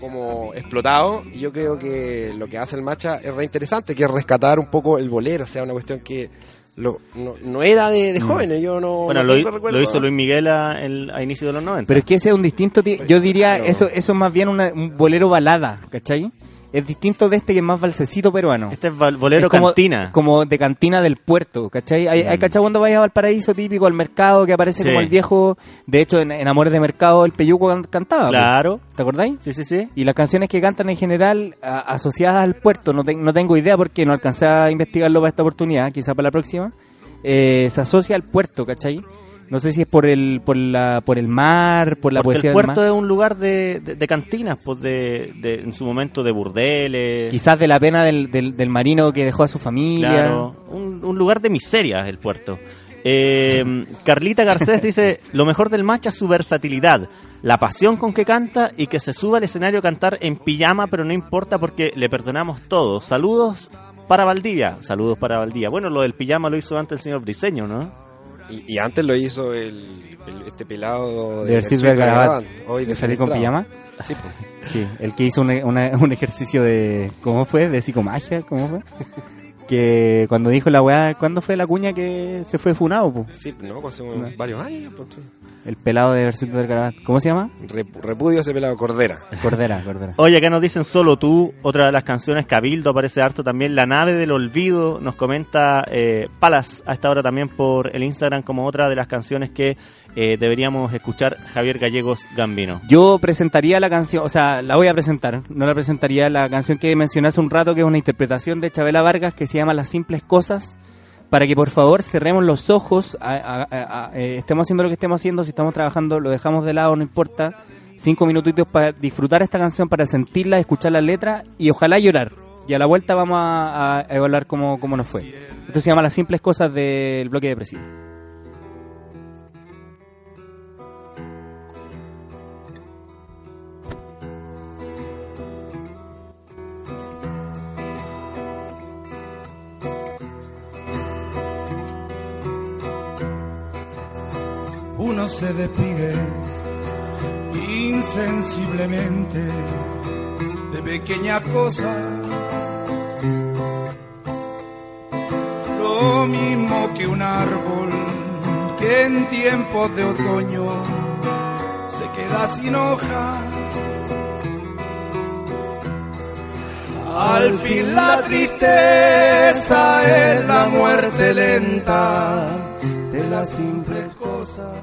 como explotado y yo creo que lo que hace el Macha es re interesante, que es rescatar un poco el bolero, o sea, una cuestión que lo- no, no era de, de jóvenes, yo no...
Mm. Bueno,
no
lo,
tengo
hi-
Oh, recuerdo,
lo hizo
¿eh?
Luis Miguel a, el- a inicio de los 90.
Pero es que ese es un distinto. ti- Yo diría,
Claro.
eso eso es más bien una- un bolero balada, ¿cachai? Es distinto de este que es más valsecito peruano.
este es bal- bolero
Es como,
cantina. Mm.
Como de cantina del puerto, ¿cachai? Hay, hay ¿cachai? Cuando vayas a Valparaíso típico, al mercado, que aparece
Sí.
como el viejo. De hecho, en, en Amores de Mercado, el Peyuco can- cantaba. pues.
claro.
¿Te acordáis?
Sí, sí, sí.
Y las canciones que cantan en general a- asociadas al puerto, no, te- no tengo idea porque no alcancé a investigarlo para esta oportunidad, quizá para la próxima, eh, se asocia al puerto, ¿cachai? No sé si es por el, por la, por el mar, por la
Porque
poesía
el
del
puerto
mar.
es un lugar de, de- de cantinas, pues de, de- en su momento de burdeles.
Quizás de la pena del, del, del marino que dejó a su familia.
Claro, un, un lugar de miseria el puerto. Eh, Carlita Garcés dice, lo mejor del macha es su versatilidad, la pasión con que canta y que se suba al escenario a cantar en pijama, pero no importa porque le perdonamos todo. Saludos para Valdivia, saludos para Valdivia. Bueno, lo del pijama lo hizo antes el señor Briseño, ¿no?
Y, y antes lo hizo el, el- este pelado
De Versis
Versuit
Vergarabat.
Vergarabat, hoy
¿De salir con
defenestrado.
pijama?
Sí, pues.
Sí, el que hizo una- una- un ejercicio de. ¿Cómo fue? ¿De psicomagia? ¿Cómo fue? Que cuando dijo la weá, ¿cuándo fue la cuña que se fue funado? po?
Sí, no, Pues hace
No.
varios años. pues, sí.
El pelado de Versito del Garabat. ¿Cómo se llama?
Rep- Repudio ese pelado Cordera.
[laughs] Cordera, Cordera.
Oye, acá nos dicen solo tú, otra de las canciones, Cabildo aparece harto también, La nave del olvido, nos comenta eh, Palas a esta hora también por el Instagram como otra de las canciones que eh, deberíamos escuchar Javier Gallegos Gambino.
Yo presentaría la canción, o sea, la voy a presentar. No la presentaría la canción que mencioné hace un rato, que es una interpretación de Chabela Vargas que se llama Las simples cosas. Para que por favor cerremos los ojos, a- a- a- a- eh, estemos haciendo lo que estemos haciendo, si estamos trabajando, lo dejamos de lado, no importa. Cinco minutitos para disfrutar esta canción, para sentirla, escuchar la letra y ojalá llorar. Y a la vuelta vamos a, a evaluar cómo, cómo nos fue. Esto se llama Las simples cosas del bloque depresivo.
uno se despide insensiblemente de pequeñas cosas. Lo mismo que un árbol que en tiempos de otoño se queda sin hoja. Al fin la tristeza es la muerte lenta de las simples cosas.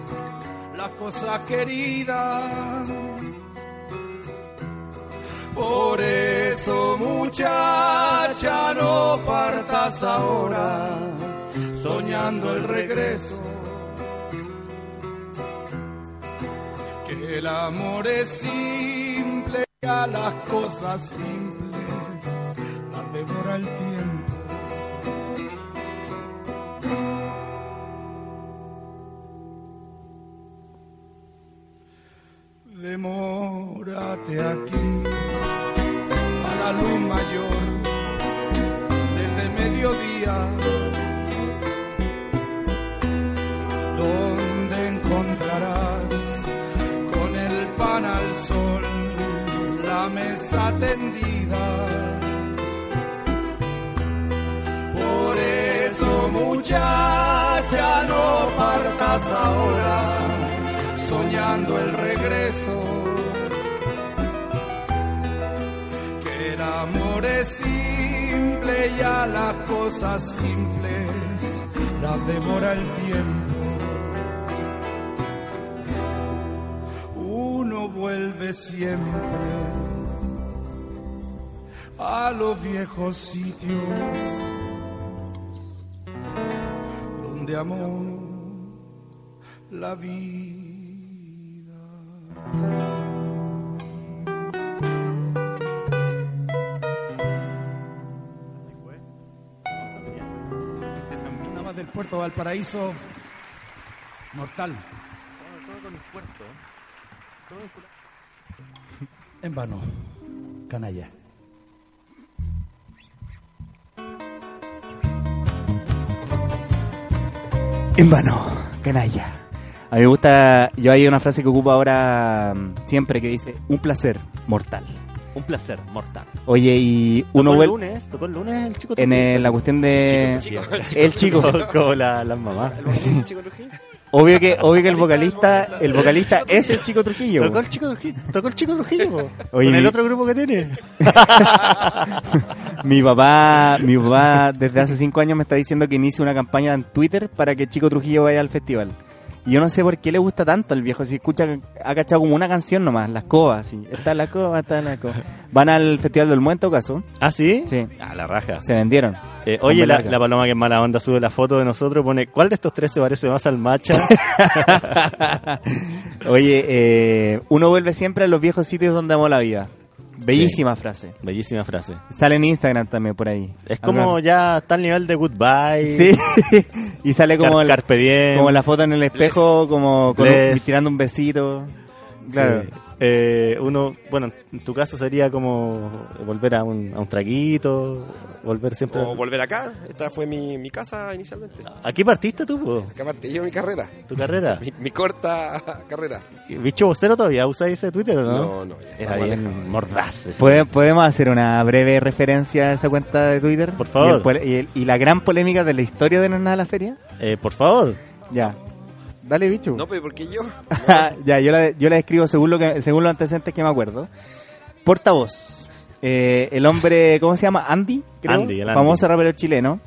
las cosas queridas. Por eso, muchacha, no partas ahora soñando el regreso. Que el amor es simple a las cosas simples las devora el tiempo. Demórate aquí a la luz mayor desde mediodía, donde encontrarás con el pan al sol la mesa tendida. Por eso, muchacha, no partas ahora, soñando el regreso. Que el amor es simple y a las cosas simples las devora el tiempo. Uno vuelve siempre a los viejos sitios donde amó la vida. Nada más del puerto Valparaíso, mortal. En vano, canalla.
En vano, canalla. A mí me gusta, yo hay una frase que ocupo ahora mm, siempre que dice, un placer mortal.
Un placer, mortal.
Oye, y
¿Tocó
uno
el
vuelve
lunes? ¿Tocó el lunes el chico?
en eh, la cuestión de...
Chico,
El
[laughs]
chico.
Como la- las mamás.
chico Trujillo.
Obvio que, obvio que el vocalista, el vocalista es el chico Trujillo.
Tocó el chico Trujillo, tocó el chico Trujillo. po.
[laughs] Oye,
Con el
mi-
otro grupo que tiene.
Mi papá, mi papá desde hace cinco años me está diciendo que inicie una campaña en Twitter para que Chico Trujillo vaya al festival. Y yo no sé por qué le gusta tanto al viejo, si escucha, ha cachado como una canción nomás, las cobas, sí. Está la coba, está la coba. Van al Festival del Muerto, caso.
¿Ah, sí?
Sí,
Ah, la raja.
se vendieron.
Eh, oye,
Hombre
la,
larga.
la paloma que es mala onda sube la foto de nosotros pone ¿Cuál de estos tres se parece más al
[laughs]
macha?
Oye, eh, uno vuelve siempre a los viejos sitios donde amó la vida. Bellísima frase.
Bellísima frase.
Sale en Instagram también por ahí.
Es como ya está al nivel de goodbye.
Sí, [laughs] y sale
Car-
como el-
Carpe diem.
Como la foto en el espejo, como con un-
Bless.
tirando un besito.
Sí.
Claro.
Eh, uno, bueno, en tu caso sería como volver a un, a un traguito, volver siempre...
O volver acá. Esta fue mi, mi casa inicialmente.
¿A qué partiste tú, po?
Acá partí yo mi carrera.
¿Tu carrera?
Mi, mi corta carrera.
¿Bicho vocero todavía usa ese Twitter o no?
No, no, ya
Era
estamos alejados.
bien mordaz. ese.
¿Puede- ¿Podemos hacer una breve referencia a esa cuenta de Twitter?
Por favor.
Y, el pol- y el- y la gran polémica de la historia de No es Nada la Feria.
Eh, por favor.
Ya. Dale, bicho.
No, pero ¿por qué yo?
[laughs] ya, yo la, yo la describo según, lo que, según los antecedentes que me acuerdo. Portavoz. Eh, el hombre, ¿cómo se llama? Andy, creo.
Andy, el Andy.
Famoso rapero chileno.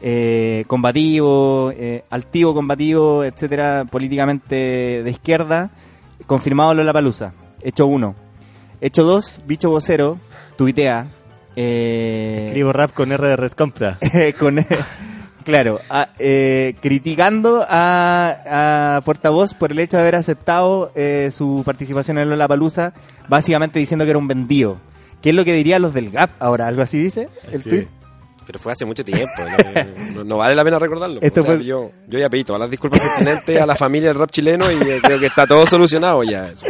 Eh, combativo, eh, altivo, combativo, etcétera, políticamente de izquierda. Confirmado Lola Palusa. Hecho uno. Hecho dos, bicho vocero, tuitea. Eh,
Escribo rap con R de Red Compra.
[laughs] con claro a- eh, criticando a, a portavoz por el hecho de haber aceptado eh, su participación en Lola Palusa básicamente diciendo que era un vendido ¿Qué es lo que dirían los del GAP ahora? ¿Algo así dice el
Eh, Sí.
tweet?
Pero fue hace mucho tiempo. No, no- no vale la pena recordarlo.
Esto
O sea,
fue-
yo, yo ya pedí todas las disculpas pertinentes a la familia del rap chileno y eh, creo que está todo solucionado ya. eso.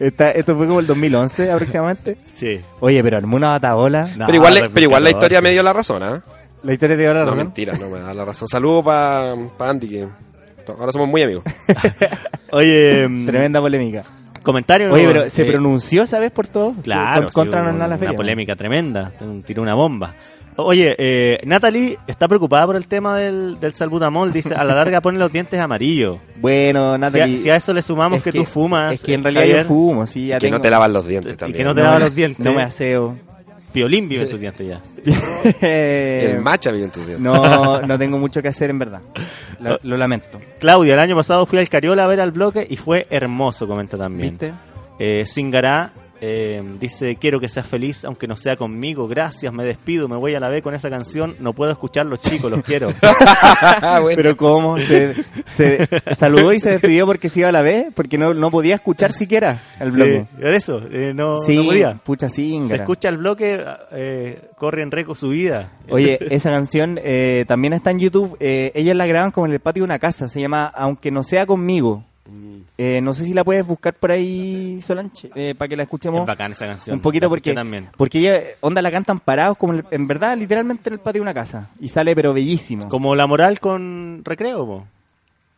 Esta- esto fue como el 2011 aproximadamente.
[laughs] Sí.
Oye, pero armó una batabola.
No, ah,
pero igual,
no, eh.
le- pero igual la
replicador.
historia me dio la razón, ¿ah?
La historia de ahora,
No,
Ramón.
mentira, no me da la razón. Saludos para Andy, que to- ahora somos muy amigos.
Oye, mm,
Tremenda polémica.
comentario.
Oye, pero se
eh,
pronunció, ¿sabes? Por todo.
Claro,
Con- Contra
sí,
No es
una,
Nada la feria.
polémica tremenda, un- tiró una bomba. Oye, eh, Natalie está preocupada por el tema del, del salbutamol, dice, a la larga pone los dientes amarillos.
Bueno,
Si a,
[laughs] Natalie.
si a eso le sumamos
es
que, tú fumas,
Es que en
está
realidad yo
bien,
fumo, sí. Ya
que no
tengo-
te lavan los dientes
y
también.
que no te
No
lavas
me-
los dientes,
No me aseo.
piolín vive en tus dientes ya.
[laughs]
El macha vive en tus dientes.
no, no tengo mucho que hacer en verdad.
Ah.
Lo, lo lamento.
Claudia, el año pasado fui al Cariola a ver al bloque y fue hermoso, comenta también.
¿Viste?
Eh, Singará Eh, dice, quiero que seas feliz, aunque no sea conmigo. Gracias, me despido, me voy a la B con esa canción. No puedo escucharlos, chicos, los
[laughs]
quiero.
Ah,
Ah,
Pero cómo, se,
[laughs]
se saludó y se despidió porque se iba a la B, porque no, no podía escuchar siquiera el
Sí,
bloque.
eso, eh, no,
Sí,
no podía.
pucha singra.
Se escucha el bloque, eh, corre en reco su vida. [laughs]
Oye, esa canción eh, también está en YouTube. Eh, ellas la graban como en el patio de una casa. Se llama Aunque no sea conmigo.
Mm.
Eh, no sé si la puedes buscar por ahí, Solange, eh, para que la escuchemos.
Es bacán esa canción.
Un poquito
La escuché
porque,
también.
porque ella, onda, la cantan parados, como en, el- en verdad, literalmente en el patio de una casa. Y sale, pero bellísimo.
Como la moral con recreo, po.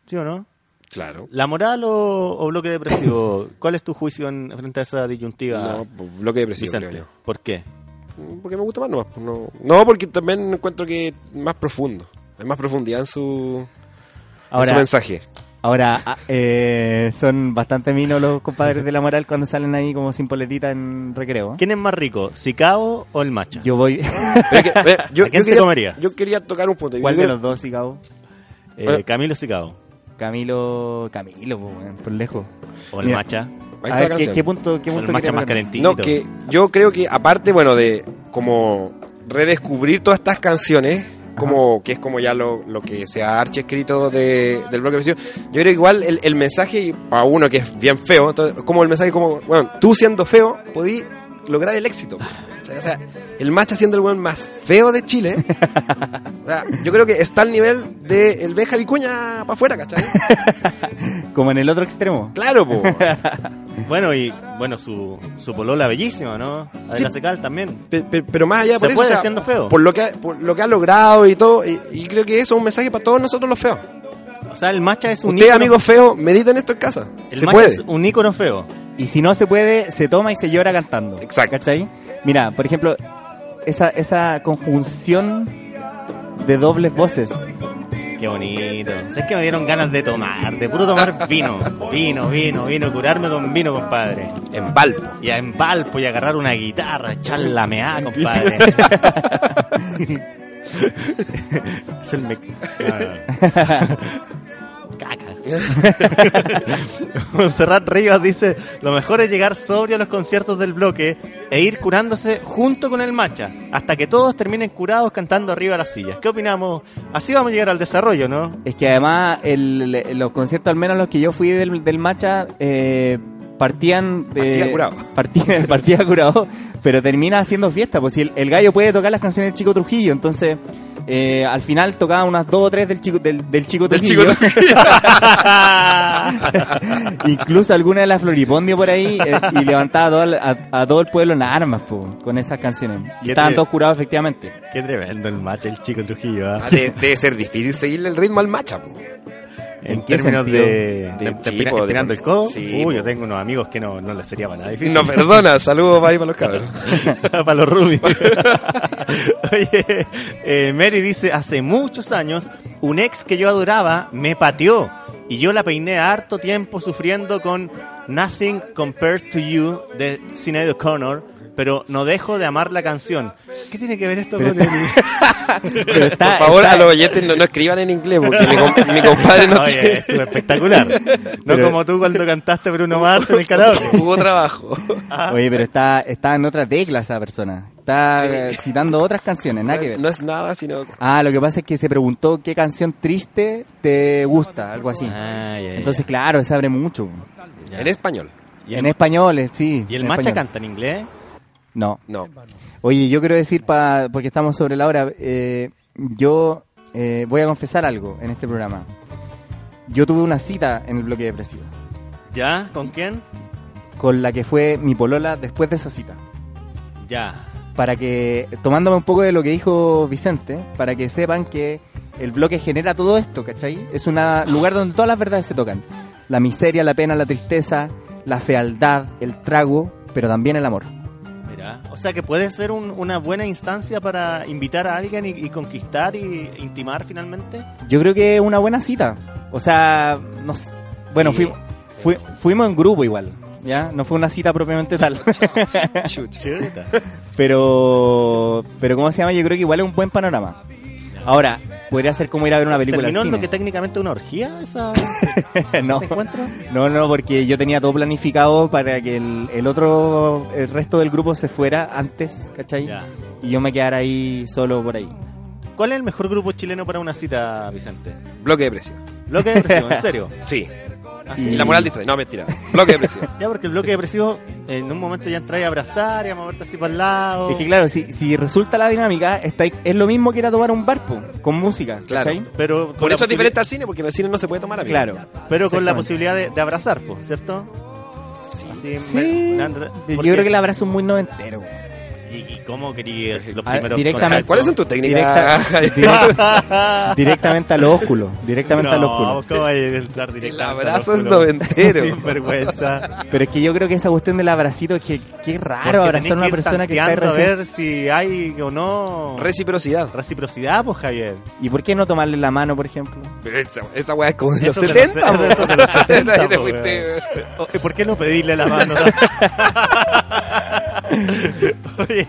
¿sí o no?
Claro.
¿La moral o, o bloque [laughs] depresivo? ¿Cuál es tu juicio en- frente a esa disyuntiva,
No, pues, bloque depresivo,
Vicente?
creo
¿Por qué?
yo. Porque me gusta más, no, no. No, porque también encuentro que es más profundo. Hay más profundidad en su, en su
Ahora, [laughs]
mensaje.
ahora ah, eh, son bastante minos los compadres de la moral cuando salen ahí como sin polerita en recreo. ¿eh?
¿Quién es más rico, Sicao o el macho?
Yo voy. [laughs]
Pero es que, eh, yo,
¿A
yo
quién te
quería,
comerías?
yo quería tocar un punto. Yo
¿Cuál de
creo-
los dos, Sicao?
Eh,
Bueno.
Camilo Sicao
Camilo, Camilo, po, weón, por lejos.
o el
Mira.
macha.
Ahí
A
está la
ver, ¿qué,
canción.
qué punto, qué
O
punto
el macha
quería
más
tocar?
calentito.
No, que yo creo que aparte, bueno, de como redescubrir todas estas canciones, como que es como ya lo, lo que se ha archi escrito de, del bloque depresivo, yo creo que igual el, el mensaje para uno que es bien feo, entonces, como el mensaje como, bueno, tú siendo feo, podí lograr el éxito. O sea, o sea, el macha siendo el weón más feo de Chile. O sea, yo creo que está al nivel de el Benja Vicuña para afuera, ¿cachai?
Como en el otro extremo.
Claro, po.
Bueno, y bueno, su, su polola bellísima, ¿no? Adela
Sí.
Secal también.
Pe- pe- Pero, más allá
Se
por eso,
puede
o sea,
haciendo feo.
Por lo, que ha, por lo que ha logrado y todo. Y, y creo que eso es un mensaje para todos nosotros los feos.
O sea, el macha es un
Ustedes,
ícono-
amigos feos, mediten esto en casa.
El
Se
macha
puede.
es un ícono feo.
Y si no se puede, se toma y se llora cantando.
Exacto.
¿Cachai? Mira, por ejemplo, esa, esa conjunción de dobles voces.
Qué bonito. Es que me dieron ganas de tomar, de puro tomar vino. Vino, vino, vino, curarme con vino, compadre.
En Valpo.
Y a empalpo y agarrar una guitarra, echar la [laughs] meada, compadre. es el me... Ah. Caca. [laughs] Monserrat Rivas dice, lo mejor es llegar sobrio a los conciertos del bloque e ir curándose junto con el macha, hasta que todos terminen curados cantando arriba de las sillas. ¿Qué opinamos? Así vamos a llegar al desarrollo, ¿no?
Es que además el- el- los conciertos, al menos los que yo fui del, del Macha, eh, partían de...
Partía curado.
[laughs] partía- partía curado, pero termina haciendo fiesta. Pues si el, el gallo puede tocar las canciones del Chico Trujillo, entonces eh, al final tocaba unas dos o tres del Chico, del, del chico
Del
Trujillo.
Chico
[laughs] Incluso alguna de las floripondio por ahí eh, y levantaba a todo, el- a, a todo el pueblo en armas po, con esas canciones. Y
Qué
estaban
tre-
todos curados efectivamente.
Qué tremendo el macha, el chico Trujillo, ¿ah?
Ah, de- debe ser difícil seguirle el ritmo al macha, po.
En
¿En qué
términos de,
sentido?
de,
De
de
tipo,
espira-
de-
espirando el codo,
Sí,
uy,
po.
yo tengo unos amigos que no, no les sería para nada difícil.
No perdona, saludos para ahí para los cabros.
[laughs] para los rubios. [laughs] Oye, eh, Mary dice, hace muchos años, un ex que yo adoraba me pateó y yo la peiné harto tiempo sufriendo con Nothing Compared to You de Sinead O'Connor, pero no dejo de amar la canción. ¿Qué tiene que ver esto con el...
Pero está-
Por favor,
está-
a los oyentes no, no escriban en inglés porque mi, com- mi compadre
[laughs]
no
Oye, estuvo espectacular. No
Pero-
como tú cuando cantaste Bruno Mars en el karaoke.
[laughs] hubo
[laughs]
trabajo.
Oye, pero está, está en otra tecla esa persona. Está eh, citando otras canciones, nada que ver.
No es nada, sino.
Ah, lo que pasa es que se preguntó qué canción triste te gusta, algo así.
Ah,
Entonces,
Entonces,
claro, se abre mucho.
En español.
¿Y
en
el,
español, eh, sí.
y el
en
macha
español.
canta en inglés?
No.
No.
Oye, yo quiero decir, pa, porque estamos sobre la hora, eh, yo eh, voy a confesar algo en este programa. Yo tuve una cita en el bloque depresivo,
¿Ya? ¿Con quién?
con la que fue mi polola después de esa cita.
Ya.
Para que, tomándome un poco de lo que dijo Vicente, para que sepan que el bloque genera todo esto, ¿cachai? Es un lugar donde todas las verdades se tocan. La miseria, la pena, la tristeza, la fealdad, el trago, pero también el amor.
Mira, o sea que puede ser un- una buena instancia para invitar a alguien y, y conquistar y intimar finalmente.
Yo creo que es una buena cita. O sea, no sé. Bueno,
Sí.
fuimos, fui- fuimos en grupo igual. ¿Ya? No fue una cita propiamente tal.
[laughs]
Chucha.
Chuta.
pero, pero, ¿cómo se llama? Yo creo que igual es un buen panorama. Ahora, podría ser como ir a ver una película al
¿Terminó en lo
cine.
que técnicamente es una orgía esa,
[laughs]
[laughs]
no.
ese encuentro?
No, no, porque yo tenía todo planificado para que el, el otro, el resto del grupo se fuera antes, ¿cachai?
Ya.
Y yo me quedara ahí solo por ahí.
¿Cuál es el mejor grupo chileno para una cita, Vicente?
Bloque de presión.
Bloque depresivo, en
[laughs]
serio.
Sí.
Ah,
Y
sí.
la moral distrae.
[laughs]
No, mentira. Bloque de presión.
Ya, porque el bloque depresivo en un momento ya entráis a abrazar y a moverte así para el lado.
Es que claro, si, si resulta la dinámica, está, es lo mismo que ir a tomar un barpo con música,
Claro.
¿cachai?
Pero con
Por
la
eso es
posibil-
diferente al cine, porque en el cine no se puede tomar a mí.
Claro.
Pero con la
Exactamente.
posibilidad de, de abrazar, pues, ¿cierto? Así,
Sí.
Eh, me- me anda-
Yo
porque-
creo que el abrazo es muy noventero.
¿Y, y cómo querías los
Ah,
primeros
directamente.
¿Cuáles [laughs] son tus técnicas?
[laughs]
Directa- directamente al ósculo. Directamente al ósculo.
No, ¿cómo vas a entrar directamente?
El
al
abrazo es
ósculo?
noventero.
[laughs] Sin vergüenza.
Pero es que yo creo que esa cuestión del abracito es que qué raro
Porque
abrazar a
tenés
una
ir
persona que está
tanteando a
recién.
ver si hay o no
Reciprocidad.
reciprocidad, pues, Javier.
¿Y por qué no tomarle la mano, por ejemplo?
Esa, esa weá es como de los
Eso de
70.
los-
po.
eso de los 70,
[laughs] Ahí te
po,
fuiste,
weón.
weón.
O- ¿y ¿Por qué no pedirle la
[laughs]
mano? Oye,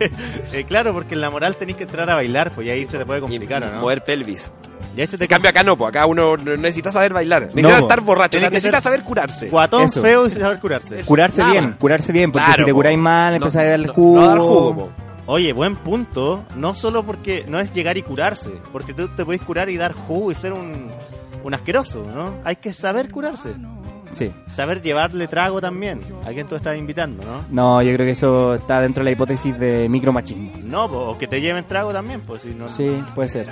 eh, claro, porque en la moral tenés que entrar a bailar, pues y ahí se te puede
Y
complicar, ¿o ¿no?
mover pelvis.
Y ahí se te
En cambio acá no, po. acá uno no necesita saber bailar, necesita
po.
estar borracho,
Tiene que
necesita
ser-
saber curarse.
Guatón
Eso.
feo y sin saber curarse.
Curarse
Nada.
bien, curarse bien, porque
Claro,
si te
po.
curáis mal, empezás a dar
no-
jugo.
No, dar jugo, po.
Oye, buen punto. No solo porque no es llegar y curarse, porque tú te podés curar y dar jugo y ser un, un asqueroso, ¿no? Hay que saber curarse.
Sí.
Saber llevarle trago también. A quien tú estás invitando, ¿no?
No, yo creo que eso está dentro de la hipótesis de micromachismo.
No, po, o que te lleven trago también, pues si no.
Sí, puede ser.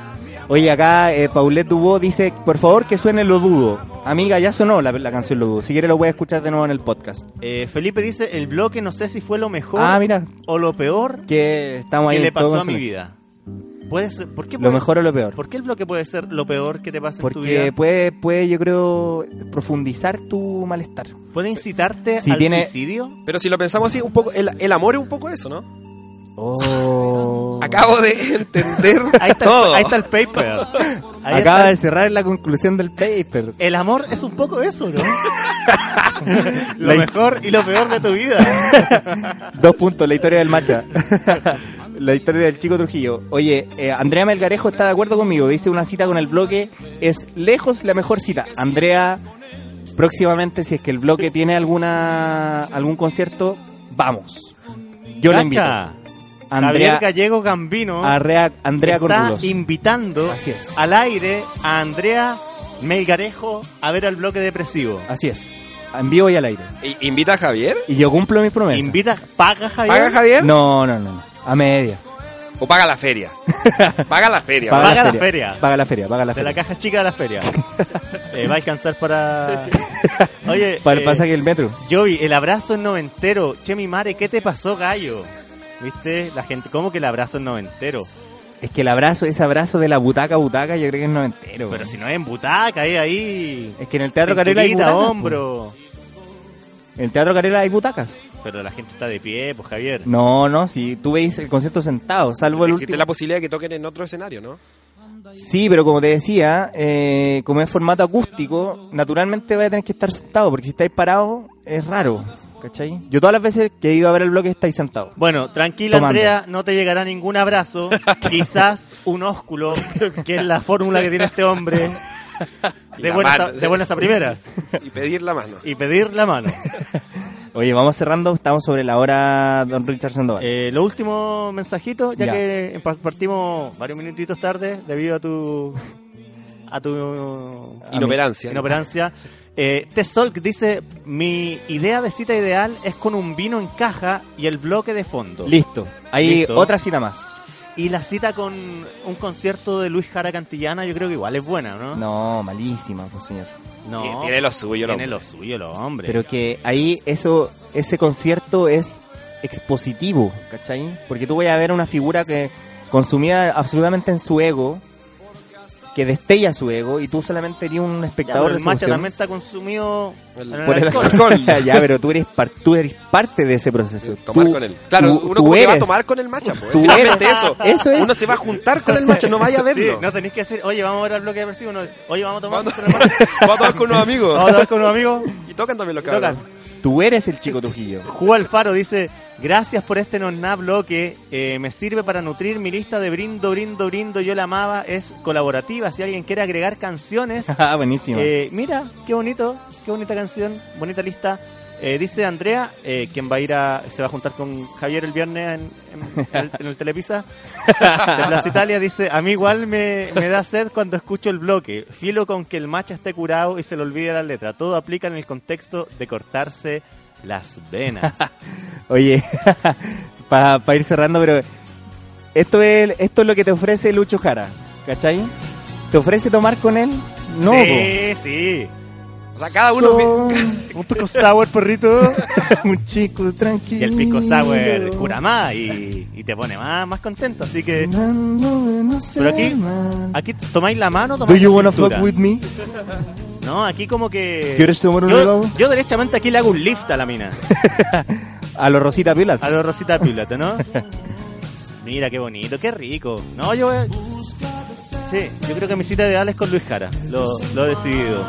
Oye, acá eh, Paulette Dubó dice, por favor que suene Lo Dudo. Amiga, ya sonó la, la canción Lo Dudo. Si quieres lo voy a escuchar de nuevo en el podcast.
Eh, Felipe dice, el bloque no sé si fue lo mejor
Ah, mira,
o lo peor
que estamos ahí.
que le
en todo
pasó a mi
consonante.
vida. Puede ser, ¿por qué
Lo
puede-
mejor o lo peor.
¿Por qué el bloque puede ser lo peor que te pasa en tu vida?
Porque puede, puede, yo creo, profundizar tu malestar.
¿Puede incitarte
Si
al
tiene-
suicidio?
Pero si lo pensamos así, un poco el, el amor es un poco eso, ¿no?
Oh.
Acabo de
[laughs]
entender
Ahí está,
todo.
ahí está el paper. Ahí
Acaba
está.
de cerrar la conclusión del paper.
El amor es un poco eso,
[laughs]
¿no? lo mejor y lo peor de tu vida.
Dos puntos, la historia del macha. [laughs] la historia del chico Trujillo. Oye, eh, Andrea Melgarejo está de acuerdo conmigo. Dice una cita con el bloque. Es lejos la mejor cita. Andrea, próximamente, si es que el bloque tiene alguna algún concierto, vamos. Yo la invito.
Cacha, Javier
Andrea,
Gallego Gambino
Arrea- Andrea
está
Cornudos.
invitando
Así es.
al aire a Andrea Melgarejo a ver al bloque depresivo.
Así es. En vivo y al aire.
I- ¿Invita a Javier?
Y yo cumplo mis promesas.
Invita, paga Javier.
¿Paga Javier?
No, no, no, no. A media.
¿O paga
[laughs]
la feria? Paga la feria.
Paga
weón.
la feria.
Paga la feria, paga la
De
feria.
la caja chica de la
[laughs]
feria. Eh, va a alcanzar para. Oye,
Para el
eh,
pasaje del metro.
Joey, el abrazo es noventero. Che, mi madre, ¿qué te pasó, gallo? ¿Viste? La gente, ¿cómo que el abrazo es noventero?
Es que el abrazo, ese abrazo de la butaca a butaca, yo creo que es noventero.
Pero si no es en butaca, es ahí.
Es que en el Teatro Carela hay
Cinturita,
butacas.
hombro.
pues. En el Teatro Carela hay butacas.
Pero la gente está de pie, pues Javier.
No, no, si tú veis el concierto sentado, salvo el
Existe
último.
la posibilidad de que toquen en otro
[laughs]
escenario, ¿no?
Sí, pero como te decía, eh, como es formato acústico, naturalmente vais a tener que estar sentado, porque si estáis parados es raro, ¿cachai? Yo todas las veces que he ido a ver el bloque estáis sentados.
Bueno, tranquila
Tomando.
Andrea, no te llegará ningún
[laughs]
abrazo, quizás un ósculo, que es la fórmula que tiene este
[laughs]
hombre
Y
de
la
buenas, a,
mano.
de buenas a primeras,
Y pedir la mano.
y pedir la mano.
Oye, vamos cerrando, estamos sobre la hora, don Richard Sandoval.
Eh, lo último mensajito, ya,
Ya.
que pa- partimos varios minutitos tarde debido a tu a tu
Inoperancia.
inoperancia. Eh, Tesolk dice, mi idea de cita ideal es con un vino en caja y el bloque de fondo.
Listo, hay
Listo.
otra cita más.
Y la cita con un concierto de Luis Jara Cantillana, yo creo que igual es buena, ¿no?
No, malísima, pues señor.
No.
Tiene- Tiene lo suyo, ¿no?
Tiene lo suyo, los hombres.
Pero que ahí eso, ese concierto es expositivo, ¿cachai? Porque tú voy a ver una figura que consumida absolutamente en su ego, que destella su ego, y tú solamente eres
Ya,
un
pero
espectador de
el
esa
macha
cuestión.
también está consumido
El-
en
Por el alcohol. ya, pero tú eres, par- tú eres parte de ese proceso.
Tomar
Tú-
con él. Claro,
tú- tú
uno como que va a
eres.
tomar con el macha, po.
Tú
Finalmente
eres.
eso.
Eso es.
Uno se va a juntar con el macha, no vaya a
Sí,
verlo.
no tenéis que decir, oye, vamos a ver al bloque depresivo. no, oye, vamos a tomar
Vamos
con el macho,
Va a tomar con unos amigos.
Vamos a tomar con un amigo.
Y tocan también los
Tocan.
cabros.
Tú eres el chico Trujillo. [laughs]
Juan Alfaro dice, Gracias por este Nonna bloque. eh, me sirve para nutrir mi lista de brindo, brindo, brindo. Yo la amaba. Es colaborativa. Si alguien quiere agregar canciones,
Ah, buenísimo.
eh, mira, qué bonito. Qué bonita canción. Bonita lista. Eh, dice Andrea, eh, quien va a ir a, se va a juntar con Javier el viernes en, en- en el, en el Telepisa de Plaza Italia. Dice: A mí igual me, me da sed cuando escucho el bloque. Filo con que el macha esté curado y se le olvide la letra. Todo aplica en el contexto de cortarse las [laughs] venas.
Oye, [laughs] para ir cerrando, pero esto es, esto es lo que te ofrece Lucho Jara, ¿cachai? ¿Te ofrece tomar con él? No,
Sí, Ah, sí.
O sea, cada
po.
uno.
[laughs] Un pico sour, perrito.
un chico tranquilo.
Y el pico sour cura más y, y te pone más, más contento. Así que Pero
Pero
aquí- aquí tomáis la mano,
Do
tomáis
you
la
wanna
cintura.
fuck with me?
No, aquí como que...
¿Quieres tomar un
yo,
helado?
Yo derechamente aquí le hago un lift a la mina.
A los Rosita Pilat.
A los Rosita Pilato,
[laughs]
¿no? Mira qué bonito, qué rico. No, yo voy a- Sí, yo creo que mi cita ideal es con Luis Jara. Lo, lo he decidido.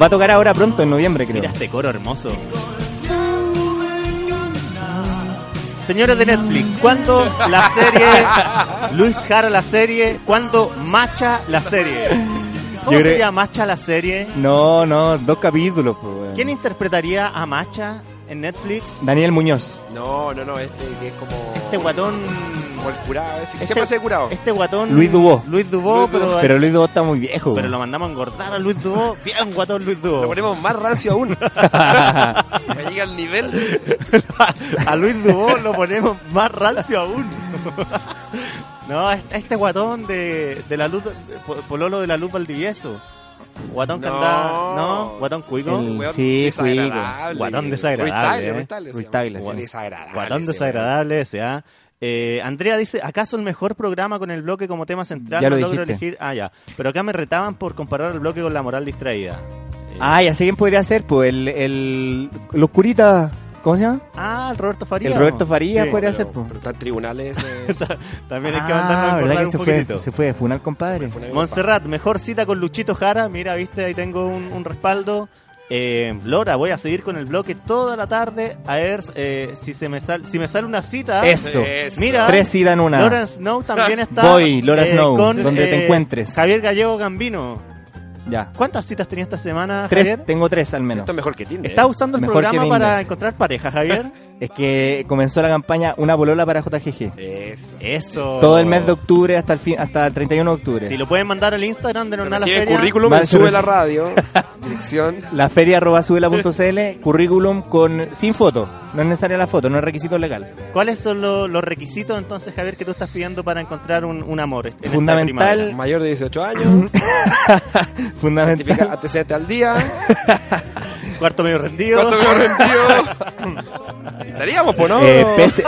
Va a tocar ahora pronto, en noviembre, creo.
Mira este coro hermoso. Señores de Netflix, ¿cuándo la
[laughs]
serie Luis Jara la serie? ¿Cuándo Macha la serie? ¿Cómo
Yo creo-
sería Macha la serie?
No, no, dos capítulos, po, weón.
¿Quién interpretaría a Macha en Netflix?
Daniel Muñoz.
No, no, no, este que es como.
Este guatón.
Como el curado. Este,
Este,
siempre se ha curado.
Este guatón.
Luis Dubó.
Luis Dubó,
Luis
Oh, pero,
Dubó.
Pero Luis Dubó está muy viejo.
pero
weón.
lo mandamos a engordar a Luis Dubó. Bien guatón Luis
Lo
Dubó.
ponemos más rancio aún.
[laughs]
Me llega al nivel.
[laughs] a Luis Dubó lo ponemos más rancio
[laughs]
aún. No, a este a este guatón de, de la luz, po- pololo de la luz Valdivieso. Guatón que
No.
andaba, ¿no? Guatón cuico.
Sí,
oh, Weón
sí,
desagradable.
Guatón desagradable, eh.
Ruiz Tagle,
Ruiz
se
Tagle,
llama.
sí.
Desagradable.
Guatón
ese,
desagradable ese, ¿ah? Eh, Andrea dice, ¿acaso el mejor programa con el bloque como tema central?
Ya lo
no logro
dijiste.
elegir. Ah, ya. Pero acá me retaban por comparar el bloque con la moral distraída. Eh,
Ah, ya sé quién podría ser, pues el, el, los curitas, ¿cómo se llama?
ah, el Roberto Farías.
El Roberto Farías
Sí.
podría
Pero,
ser, pues.
pero está en tribunales. eh,
También hay que mandarnos a
ah,
engordar
¿verdad que
un
se
poquitito.
fue, se fue de funar, compadre?
fue una-
Montserrat, mejor cita con Luchito Jara. Mira, viste, ahí tengo un, un respaldo. Eh, Lora, voy a seguir con el bloque toda la tarde. A ver eh, si, se me sal- si me sale una cita.
Eso.
Eso.
Mira,
Tres sidan en una.
Lora Snow
[laughs]
también está. eh,
Voy, Lora Snow, donde te encuentres.
Javier Gallego Gambino.
Ya.
¿Cuántas citas tenía esta semana,
Tres,
Javier?
tengo tres al menos.
Esto es mejor que Tinder.
¿Está usando el
Mejor que
programa
venga.
para encontrar pareja, Javier?
Es que comenzó la campaña Una Bolola para JGG.
[laughs] Eso.
Eso.
Todo el mes de octubre hasta el, fin, hasta el 31 de octubre.
Si lo pueden mandar al Instagram de
Se
Nonala
recibe el
Feria.
currículum,
Mal
en sube
servicio.
la radio. Dirección.
La feria arroba subela.cl, currículum con, sin foto. No es necesaria la foto, no es requisito legal.
¿Cuáles son lo- los requisitos entonces, Javier, que tú estás pidiendo para encontrar un, un amor? en esta
Fundamental.
primavera?
Mayor de 18 años. certifica
Fundamental.
antecedente al día.
Cuarto medio rendido. [laughs]
¿Cuánto me rendido? [laughs] Estaríamos, pues, ¿no?
Eh, PS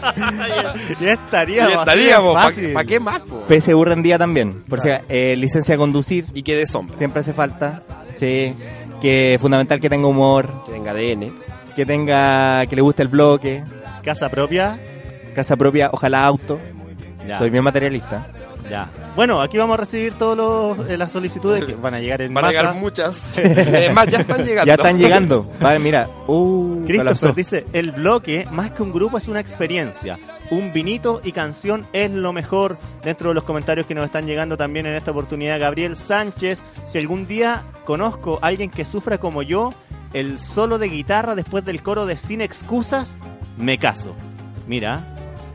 ya
Ya
estaríamos. así de
estaríamos. ¿Para
fácil.
qué más, po?
PSU rendía también. Por si eh, licencia de conducir,
Y que de sombra.
siempre hace falta. Sí. Que es fundamental que tenga humor,
Que tenga ADN.
que tenga, que le guste el bloque,
Casa propia.
casa propia, ojalá auto.
Ya,
Soy bien materialista.
ya. Bueno, aquí vamos a recibir todas las solicitudes que van a llegar en
Van a
masa.
llegar [laughs] muchas. Es Eh, más, ya están llegando.
Ya están llegando.
[laughs]
Vale, mira. Uh, colapsó.
Christopher dice, el bloque, más que un grupo, es una experiencia. Un vinito y canción es lo mejor. Dentro de los comentarios que nos están llegando también en esta oportunidad, Gabriel Sánchez, si algún día conozco a alguien que sufra como yo, el solo de guitarra después del coro de Sin Excusas, me caso. Mira,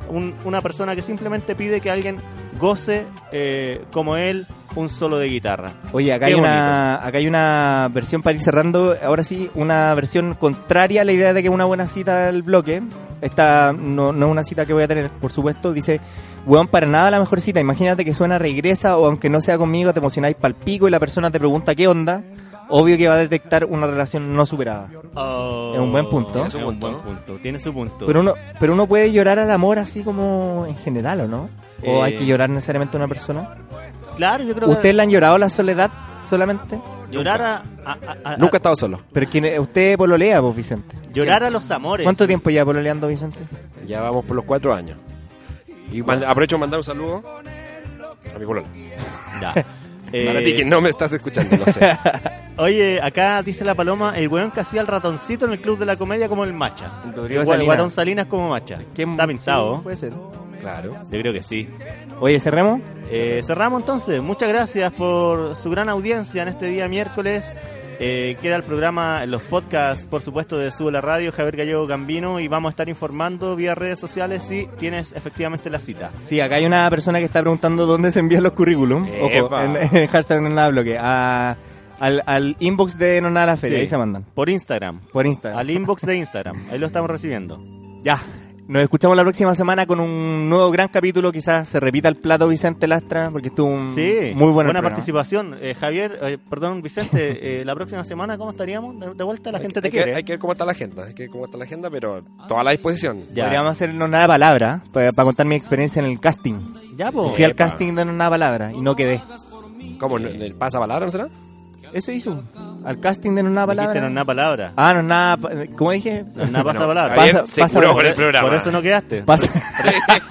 un- una persona que simplemente pide que alguien goce eh, como él un solo de guitarra.
Oye, acá
Qué
hay, una, acá hay una versión para ir cerrando. Ahora sí, una versión contraria a la idea de que es una buena cita del bloque. Esta no, no es una cita que voy a tener, por supuesto. Dice, weón, para nada la mejor cita. Imagínate que suena regresa o aunque no sea conmigo, te emocionáis pal pico y la persona te pregunta qué onda. Obvio que va a detectar una relación no superada.
Oh,
Es un buen punto.
Es un buen punto. Tiene su punto.
Pero uno, pero uno puede llorar al amor así como en general, ¿o no? ¿O
Eh.
hay que llorar necesariamente a una persona?
claro, yo creo que-
¿Ustedes le han llorado a la soledad solamente?
Llorar a, a- a- a-
Nunca he estado solo.
Pero ¿quién, usted pololea, vos, Vicente.
llorar a los amores.
¿Cuánto tiempo ya pololeando, Vicente?
Ya vamos por los cuatro años. Y man- aprovecho de mandar un saludo a mi polola.
Ya.
Para
Eh,
[laughs] ti que no me estás escuchando, lo sé.
Oye, acá dice la paloma, el weón que hacía el ratoncito en el club de la comedia como el macha.
Rodrigo
El
Salinas.
guatón Salinas como macha.
¿Quién-
Está pintado.
Sí, puede ser.
Claro.
Yo creo que sí.
Oye, cerremos.
Eh, cerramos entonces. Muchas gracias por su gran audiencia en este día miércoles. Eh, queda el programa, los podcasts, por supuesto, de Sube la Radio, Javier Gallego Gambino, y vamos a estar informando vía redes sociales si tienes efectivamente la cita.
Sí, acá hay una persona que está preguntando dónde se envían los currículum. Ojo,
Epa.
en, [laughs] en hashtag no nada bloque. A- al, al inbox de no nada la feria,
Sí.
ahí se mandan.
Por Instagram.
Por Instagram.
Al inbox de Instagram. Ahí lo estamos recibiendo.
Ya. Nos escuchamos la próxima semana con un nuevo gran capítulo. Quizás se repita el plato Vicente Lastra, porque estuvo un-
Sí,
muy bueno el
buena
programa.
participación. Eh, Javier, eh, perdón, Vicente, eh, la próxima semana, ¿cómo estaríamos? De, de vuelta, la gente te
hay, que,
quiere.
hay que ver cómo está la agenda, hay que ver cómo está la agenda, pero toda la disposición.
Ya.
Podríamos hacer no nada palabra para, para contar mi experiencia en el casting.
Ya, po.
Fui al
Epa.
casting de no nada palabra y no quedé.
¿Cómo? ¿En el pasapalabra, no será?
Eso hizo. Al casting de no nada palabra.
Dijiste no es una palabra.
Ah, no es nada. pa- ¿Cómo dije?
No es una
Bueno,
pasa palabra.
Javier
Pasa-
se
pasa-
curó
por
con el
eso-
programa.
Por eso no quedaste.
Pasa-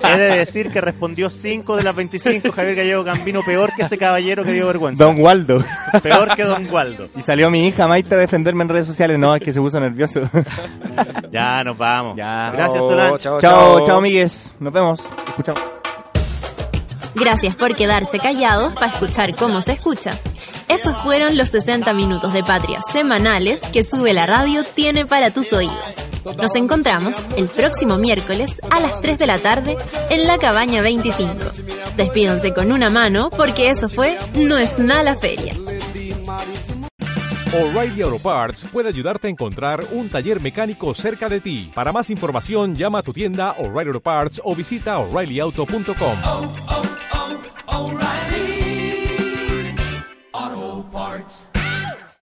[laughs]
He de decir que respondió 5 de las 25. Javier Gallego Gambino, peor que ese caballero que dio vergüenza.
Don Waldo.
Peor que Don Waldo.
Y salió mi hija Maite a defenderme en redes sociales. No, es que se puso nervioso.
Ya, nos vamos.
Ya.
Gracias,
Chao,
Solange.
Oh, chao,
chao,
chao.
chao, amigues. Nos vemos. Escuchamos.
Gracias por quedarse callados para escuchar cómo se escucha. Esos fueron los 60 minutos de patria semanales que Sube la Radio tiene para tus oídos. Nos encontramos el próximo miércoles a las 3 de la tarde en la cabaña 25. Despídanse con una mano porque eso fue No es nada la feria.
O'Reilly Auto Parts puede ayudarte a encontrar un taller mecánico cerca de ti. Para más información, llama a tu tienda O'Reilly Auto Parts o visita oreillyauto.com.
oh, oh, O'Reilly. Auto Parts.